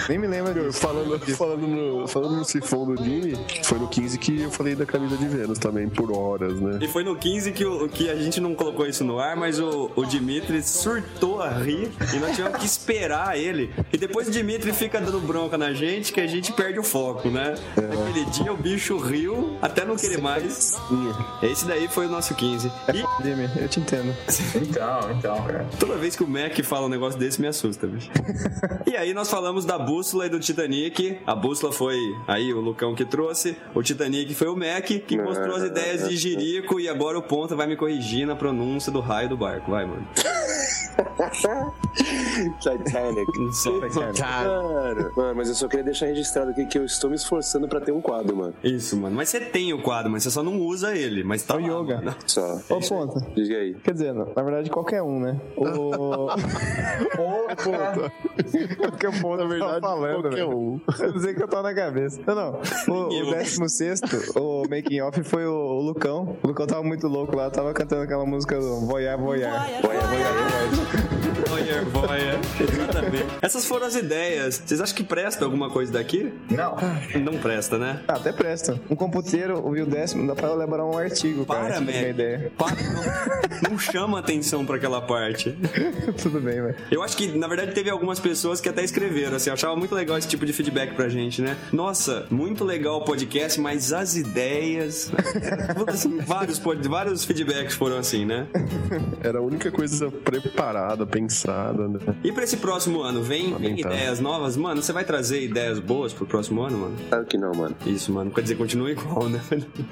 S4: nem me lembro
S2: Eu
S4: disso.
S2: falando, falando, no, falando no sifão do Jimmy, foi no 15 que eu falei da camisa de Vênus também, por horas, né?
S1: E foi no 15 que, o, que a gente não colocou isso no ar, mas o, o Dimitri surtou a rir e nós tivemos que esperar ele. E depois o Dimitri fica dando bronca na gente que a gente perde o foco, né? Naquele dia o bicho riu até não querer mais. Esse daí foi o nosso 15. E
S4: Jimmy, eu te entendo.
S8: Então, então,
S3: é.
S8: cara.
S1: toda vez que o Mac fala um negócio desse me assusta, bicho. E aí nós falamos da bússola e do Titanic. A bússola foi aí o Lucão que trouxe, o Titanic foi o Mac que mostrou as ideias de Jirico e agora o Ponta vai me corrigir na pronúncia do raio do barco. Vai, mano.
S5: [LAUGHS] Titanic.
S1: Não sei.
S5: né? Cara, mano, mas eu só queria deixar registrado aqui que eu estou me esforçando pra ter um quadro, mano.
S1: Isso, mano. Mas você tem o quadro, mas você só não usa ele. Mas tá
S4: É o
S1: lá,
S4: yoga. [LAUGHS]
S1: mano.
S5: Só.
S4: Ô, Ponta.
S5: Diga aí.
S4: Quer dizer, na na verdade, qualquer um, né?
S2: [LAUGHS]
S4: O...
S2: Ô,
S4: [LAUGHS]
S2: puta.
S4: É porque o Ponta
S2: Na
S4: tá
S2: verdade,
S4: falando,
S2: qualquer
S4: velho.
S2: um.
S4: Eu não sei o que eu tava na cabeça. Não, não. O, o 16, o making off foi o, o Lucão. O Lucão tava muito louco lá, tava cantando aquela música do Voyar, Voyar.
S1: Voyeur, voyeur.
S4: é.
S1: Exatamente. Essas foram as ideias. Vocês acham que presta alguma coisa daqui?
S8: Não.
S1: Não presta, né?
S4: Ah, até presta. Um computeiro, o Will décimo, dá pra elaborar um artigo, cara.
S1: Para,
S4: se tiver ideia.
S1: Mac.
S4: [LAUGHS]
S1: Para, não, não chama atenção pra aquela parte.
S4: Tudo bem, velho.
S1: Eu acho que, na verdade, teve algumas pessoas que até escreveram, assim, eu achava muito legal esse tipo de feedback pra gente, né? Nossa, muito legal o podcast, mas as ideias. Puta, assim, vários, pod- vários feedbacks foram assim, né?
S2: Era a única coisa preparada, pensada, né?
S1: E pra esse próximo ano, vem, vem
S2: Lamentável.
S1: ideias novas? Mano, você vai trazer ideias boas pro próximo ano, mano?
S5: Claro que não, mano.
S1: Isso, mano. Quer dizer, continua igual, né?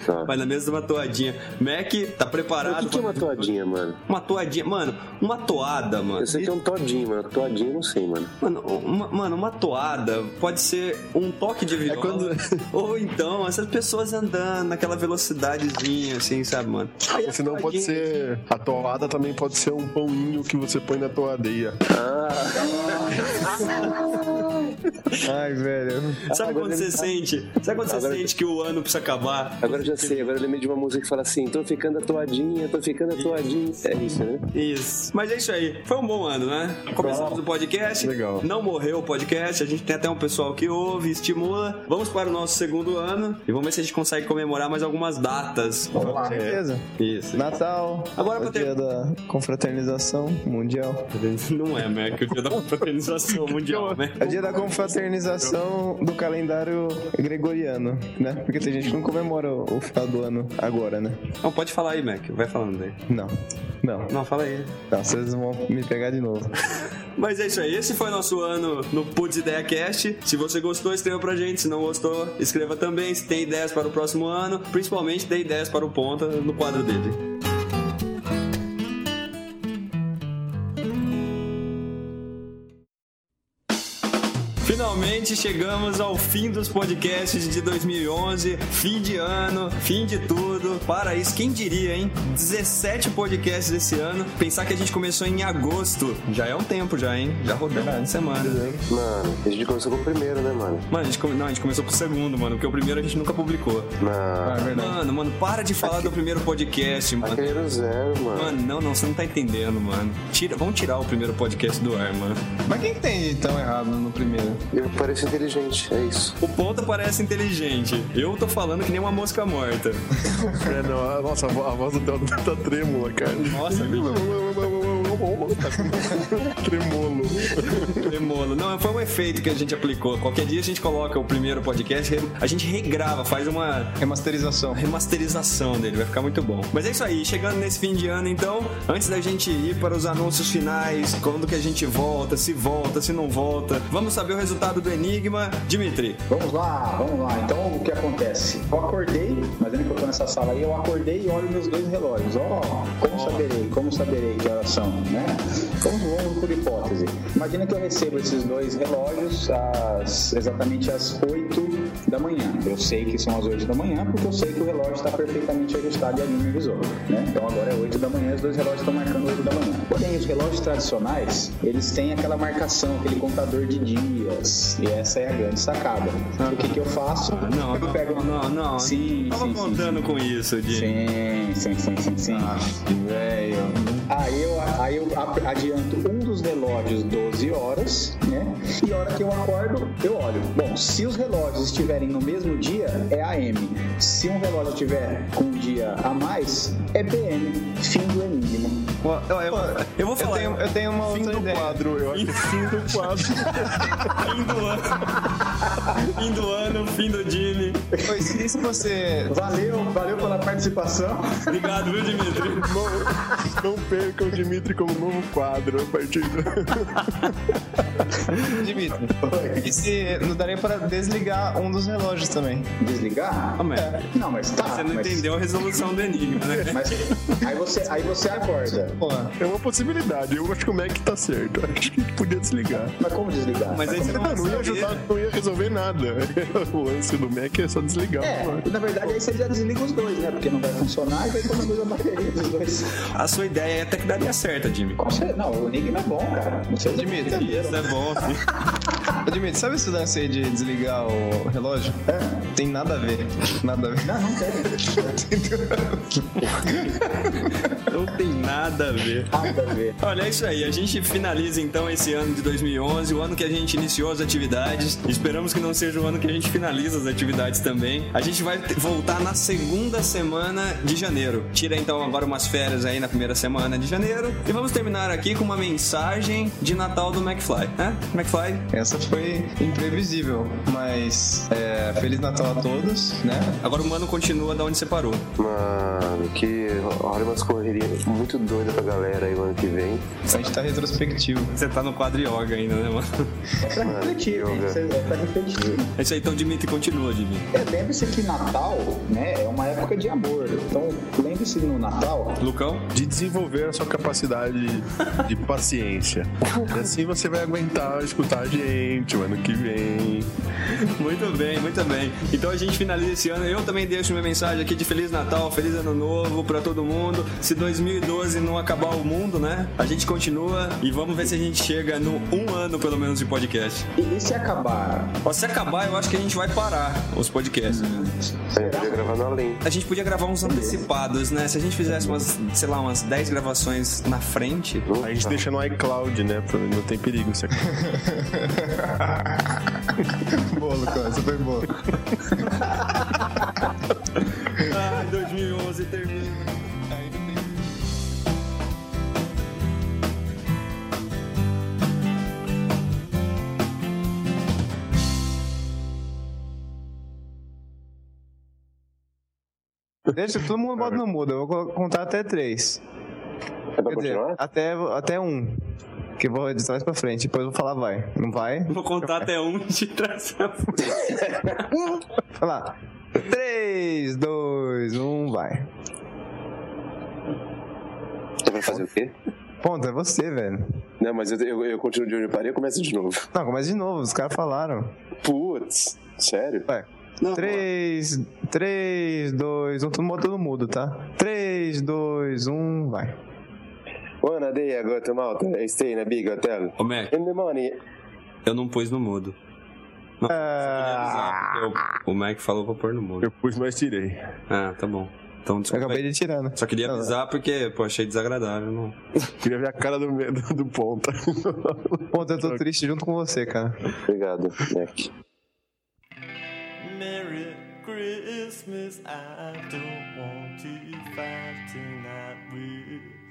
S5: Tá.
S1: Vai na mesma toadinha. Mac, tá
S5: O
S1: preparado?
S5: que, que é uma toadinha, mano?
S1: Uma toadinha. Mano, uma toada, mano.
S5: Eu sei que é um todinho, mano. Toadinha eu não sei, mano.
S1: Mano uma, mano, uma toada pode ser um toque
S5: É
S1: de viola.
S2: quando-
S1: [LAUGHS] Ou então essas pessoas andando naquela velocidadezinha, assim, sabe, mano?
S2: Ou senão pode ser. A toada também pode ser um pãoinho que você põe na toadeia.
S4: Ai, velho.
S5: Ah,
S1: Sabe quando você sente? Sabe quando você sente que o ano precisa acabar?
S5: tá- Agora eu já sei, agora eu lembrei de uma música que fala assim: tô ficando atoadinha, tô ficando atoadinha. É isso, né?
S1: Isso. Mas é isso aí. Foi um bom ano, né? Começamos o podcast.
S2: Legal.
S1: Não morreu o podcast. A gente tem até um pessoal que ouve, estimula. Vamos para o nosso segundo ano e vamos ver se a gente consegue comemorar mais algumas datas.
S8: Vamos lá.
S4: Beleza.
S1: Isso.
S4: Natal.
S1: É.
S4: é
S1: Agora
S4: o
S1: pra ter-
S4: dia da confraternização mundial.
S1: Não é, Mac. O dia
S5: [LAUGHS]
S1: da confraternização mundial, né?
S4: É o dia da confraternização do calendário gregoriano, né? Porque tem gente que não comemora o o final do ano agora, né?
S1: Não, pode falar aí, Mac. Vai falando aí.
S4: Não. Não.
S1: Não, fala aí.
S4: Não, vocês vão me pegar de novo.
S1: Mas é isso aí. Esse foi nosso ano no Putz Ideia Cast. Se você gostou, escreva pra gente. Se não gostou, escreva também. Se tem ideias para o próximo ano, principalmente dê ideias para o Ponta no quadro dele. Finalmente chegamos ao fim dos podcasts de 2011, fim de ano, fim de tudo. Para isso, quem diria, hein? 17 podcasts esse ano. Pensar que a gente começou em agosto. Já é um tempo, já, hein? Já rodamos uma semana.
S5: Mano, a gente começou com o primeiro, né, mano?
S1: Mano, a gente, come- não, a gente começou com o segundo, mano, porque o primeiro a gente nunca publicou.
S5: Não.
S1: Mano, mano, para de falar do primeiro podcast, mano.
S5: Aquele era o zero, mano.
S1: Mano, não, não, você não tá entendendo, mano. Tira, vamos tirar o primeiro podcast do ar, mano.
S4: Mas quem que tem tão errado no primeiro?
S5: Eu pareço inteligente, é isso.
S1: O ponto parece inteligente. Eu tô falando que nem uma mosca morta.
S2: É, não, a- nossa, a vo- a voz do Theo tá trêmula, cara. [LAUGHS]
S1: Nossa, bicho.
S2: Tremolo.
S1: Tremolo. Não, foi um efeito que a gente aplicou. Qualquer dia a gente coloca o primeiro podcast, re- a gente regrava, faz uma
S4: Remasterização.
S1: remasterização dele, vai ficar muito bom. Mas é isso aí, chegando nesse fim de ano, então, antes da gente ir para os anúncios finais, quando que a gente volta, se volta, se não volta, vamos saber o resultado do Enigma. Dimitri,
S3: Vamos lá, vamos lá. Então, o que acontece? Eu acordei, imagina que eu tô nessa sala aí, eu acordei e olho meus dois relógios. Ó, como saberei, como saberei que horas são, né? Vamos, vamos por hipótese. Imagina que eu recebo esses dois relógios às, exatamente às 8 da manhã. Eu sei que são as 8 da manhã porque eu sei que o relógio está perfeitamente ajustado e ali me avisou, né? Então, agora é 8 da manhã, os dois relógios estão marcando 8 da manhã. Porém, os relógios tradicionais, eles têm aquela marcação, aquele contador de dias. E essa é a grande sacada. O que, que eu faço?
S1: Ah. não,
S3: eu
S1: não,
S3: pego
S1: não,
S3: uma...
S1: não.
S3: Sim,
S1: tava
S3: sim, sim,
S1: contando com isso, Di.
S3: Sim, sim, sim, sim, sim. Ah, velho. Aí eu, aí eu a- adianto um dos relógios 12 horas, né? E a hora que eu acordo, eu olho. Bom, se os relógios estiverem no mesmo dia, é AM. Se um relógio tiver com um dia a mais, é PM. Fim do enigma.
S1: Eu, eu- eu vou
S4: Eu
S1: falar.
S4: tenho, eu tenho uma
S2: Fim
S4: outra
S2: do
S4: ideia.
S2: quadro, eu acho que é fim do quadro.
S1: Fim do ano. fim do ano, fim do Jimmy.
S4: Pois e se você.
S3: Valeu, valeu pela participação.
S1: Obrigado, viu, Dimitri?
S2: Não, não percam o Dimitri como novo quadro a partir do...
S4: Dimitri. E se não daria pra desligar um dos relógios também?
S3: Desligar?
S1: Ah, mas
S3: Não, mas tá.
S1: Você não
S3: mas,
S1: entendeu a resolução do Enigma,
S3: [LAUGHS]
S1: né?
S3: Mas aí você, aí você acorda.
S4: Pô,
S2: É uma possibilidade. Eu acho que o Mac tá certo. Acho que podia desligar. Ah,
S3: Mas como desligar?
S1: Mas é um aí você não,
S2: Não,
S1: vai
S2: não ia
S1: saber,
S2: ajudar,
S1: né?
S2: não ia resolver nada. [LAUGHS] O lance do Mac é só desligar. mano.
S3: É, na verdade aí você já desliga os dois, né? Porque não vai funcionar e vai economizar a bateria dos dois.
S1: A sua ideia é até que daria certa, Jimmy.
S3: Com certeza. Não, o Enigma é bom, cara. Não sei se
S4: Dimitri.
S1: Isso é bom, sim.
S4: Ô, Dimitri, sabe esse lance aí de desligar o relógio? É. Tem nada a ver. Nada a ver.
S3: Não, não tem
S1: Não tem nada a ver.
S3: nada a ver.
S1: [LAUGHS] Olha, é isso aí. A gente finaliza então esse ano de 2011, o ano que a gente iniciou as atividades. Esperamos que não seja o ano que a gente finaliza as atividades também. A gente vai te- voltar na segunda semana de janeiro. Tira então agora umas férias aí na primeira semana de janeiro. E vamos terminar aqui com uma mensagem de Natal do McFly. Né? McFly,
S4: Essa foi imprevisível, mas é, Feliz Natal a todos, né?
S1: agora o mano continua da onde você parou.
S11: Mano, que olha umas correrias muito doidas pra galera aí o ano que vem.
S4: A gente tá retrospectivo.
S1: Você tá no quadro yoga ainda, né, mano? [LAUGHS]
S3: É pra refletir,
S11: Yoga.
S3: né? Isso É pra refletir.
S1: É isso aí, então Dimitri continua, Dimitri.
S3: É, lembre-se que Natal, né, é uma época de amor. Então, lembre-se no Natal.
S1: Lucão?
S2: De desenvolver a sua capacidade de paciência. E assim você vai aguentar escutar a gente o ano que vem.
S1: Muito bem, muito bem. Então a gente finaliza esse ano. Eu também deixo minha mensagem aqui de Feliz Natal, Feliz Ano Novo pra todo mundo. Se 2012 não acabar o mundo, né? A gente continua e vamos ver se a gente chega no um ano, pelo menos, de podcast.
S3: E, e se acabar?
S1: Ó, se acabar, eu acho que a gente vai parar os podcasts.
S11: A gente podia gravar no além.
S1: A gente podia gravar uns antecipados, né? Se a gente fizesse umas, sei lá, umas 10 gravações na frente.
S2: A gente deixa no iCloud, né? pra- Não tem perigo isso aqui.
S4: Boa, Lucão, essa foi boa.
S1: [LAUGHS] Ai, 2011 termina.
S4: Deixa todo mundo bota no mudo, eu vou colo- contar até três.
S11: É pra
S4: Quer dizer,
S11: continuar?
S4: até, até um. Que eu vou de trás pra frente, depois eu vou falar vai. Não vai?
S1: Vou contar até um de trás.
S4: Vai lá. Três, dois, um, vai.
S11: Você vai fazer o quê?
S4: Ponto, é você, velho.
S11: Não, mas eu, eu, eu continuo de onde eu parei e começo de novo.
S4: Não, começa de novo, os caras falaram.
S11: Putz, sério?
S4: Vai.
S11: Não,
S4: Três, três, dois, um. Todo mundo bota no mudo, tá? Três, dois, um, vai.
S11: One day I go to Malta, I stay in a big hotel.
S1: Ô, Mac,
S11: In the morning,
S1: eu não pus no mudo.
S4: Ah,
S1: Eu- o Mac falou pra pôr no mudo.
S2: Eu pus, mas tirei.
S1: Ah, tá bom. Então,
S4: eu
S1: desculpa.
S4: acabei de tirar, né?
S1: Só queria avisar porque, pô, achei desagradável. Não.
S2: Queria ver a cara do, do, do ponta.
S4: Ponto, eu tô triste junto com você, cara.
S11: obrigado, né? Mac.
S6: Merry Christmas, I don't want to fight tonight. We're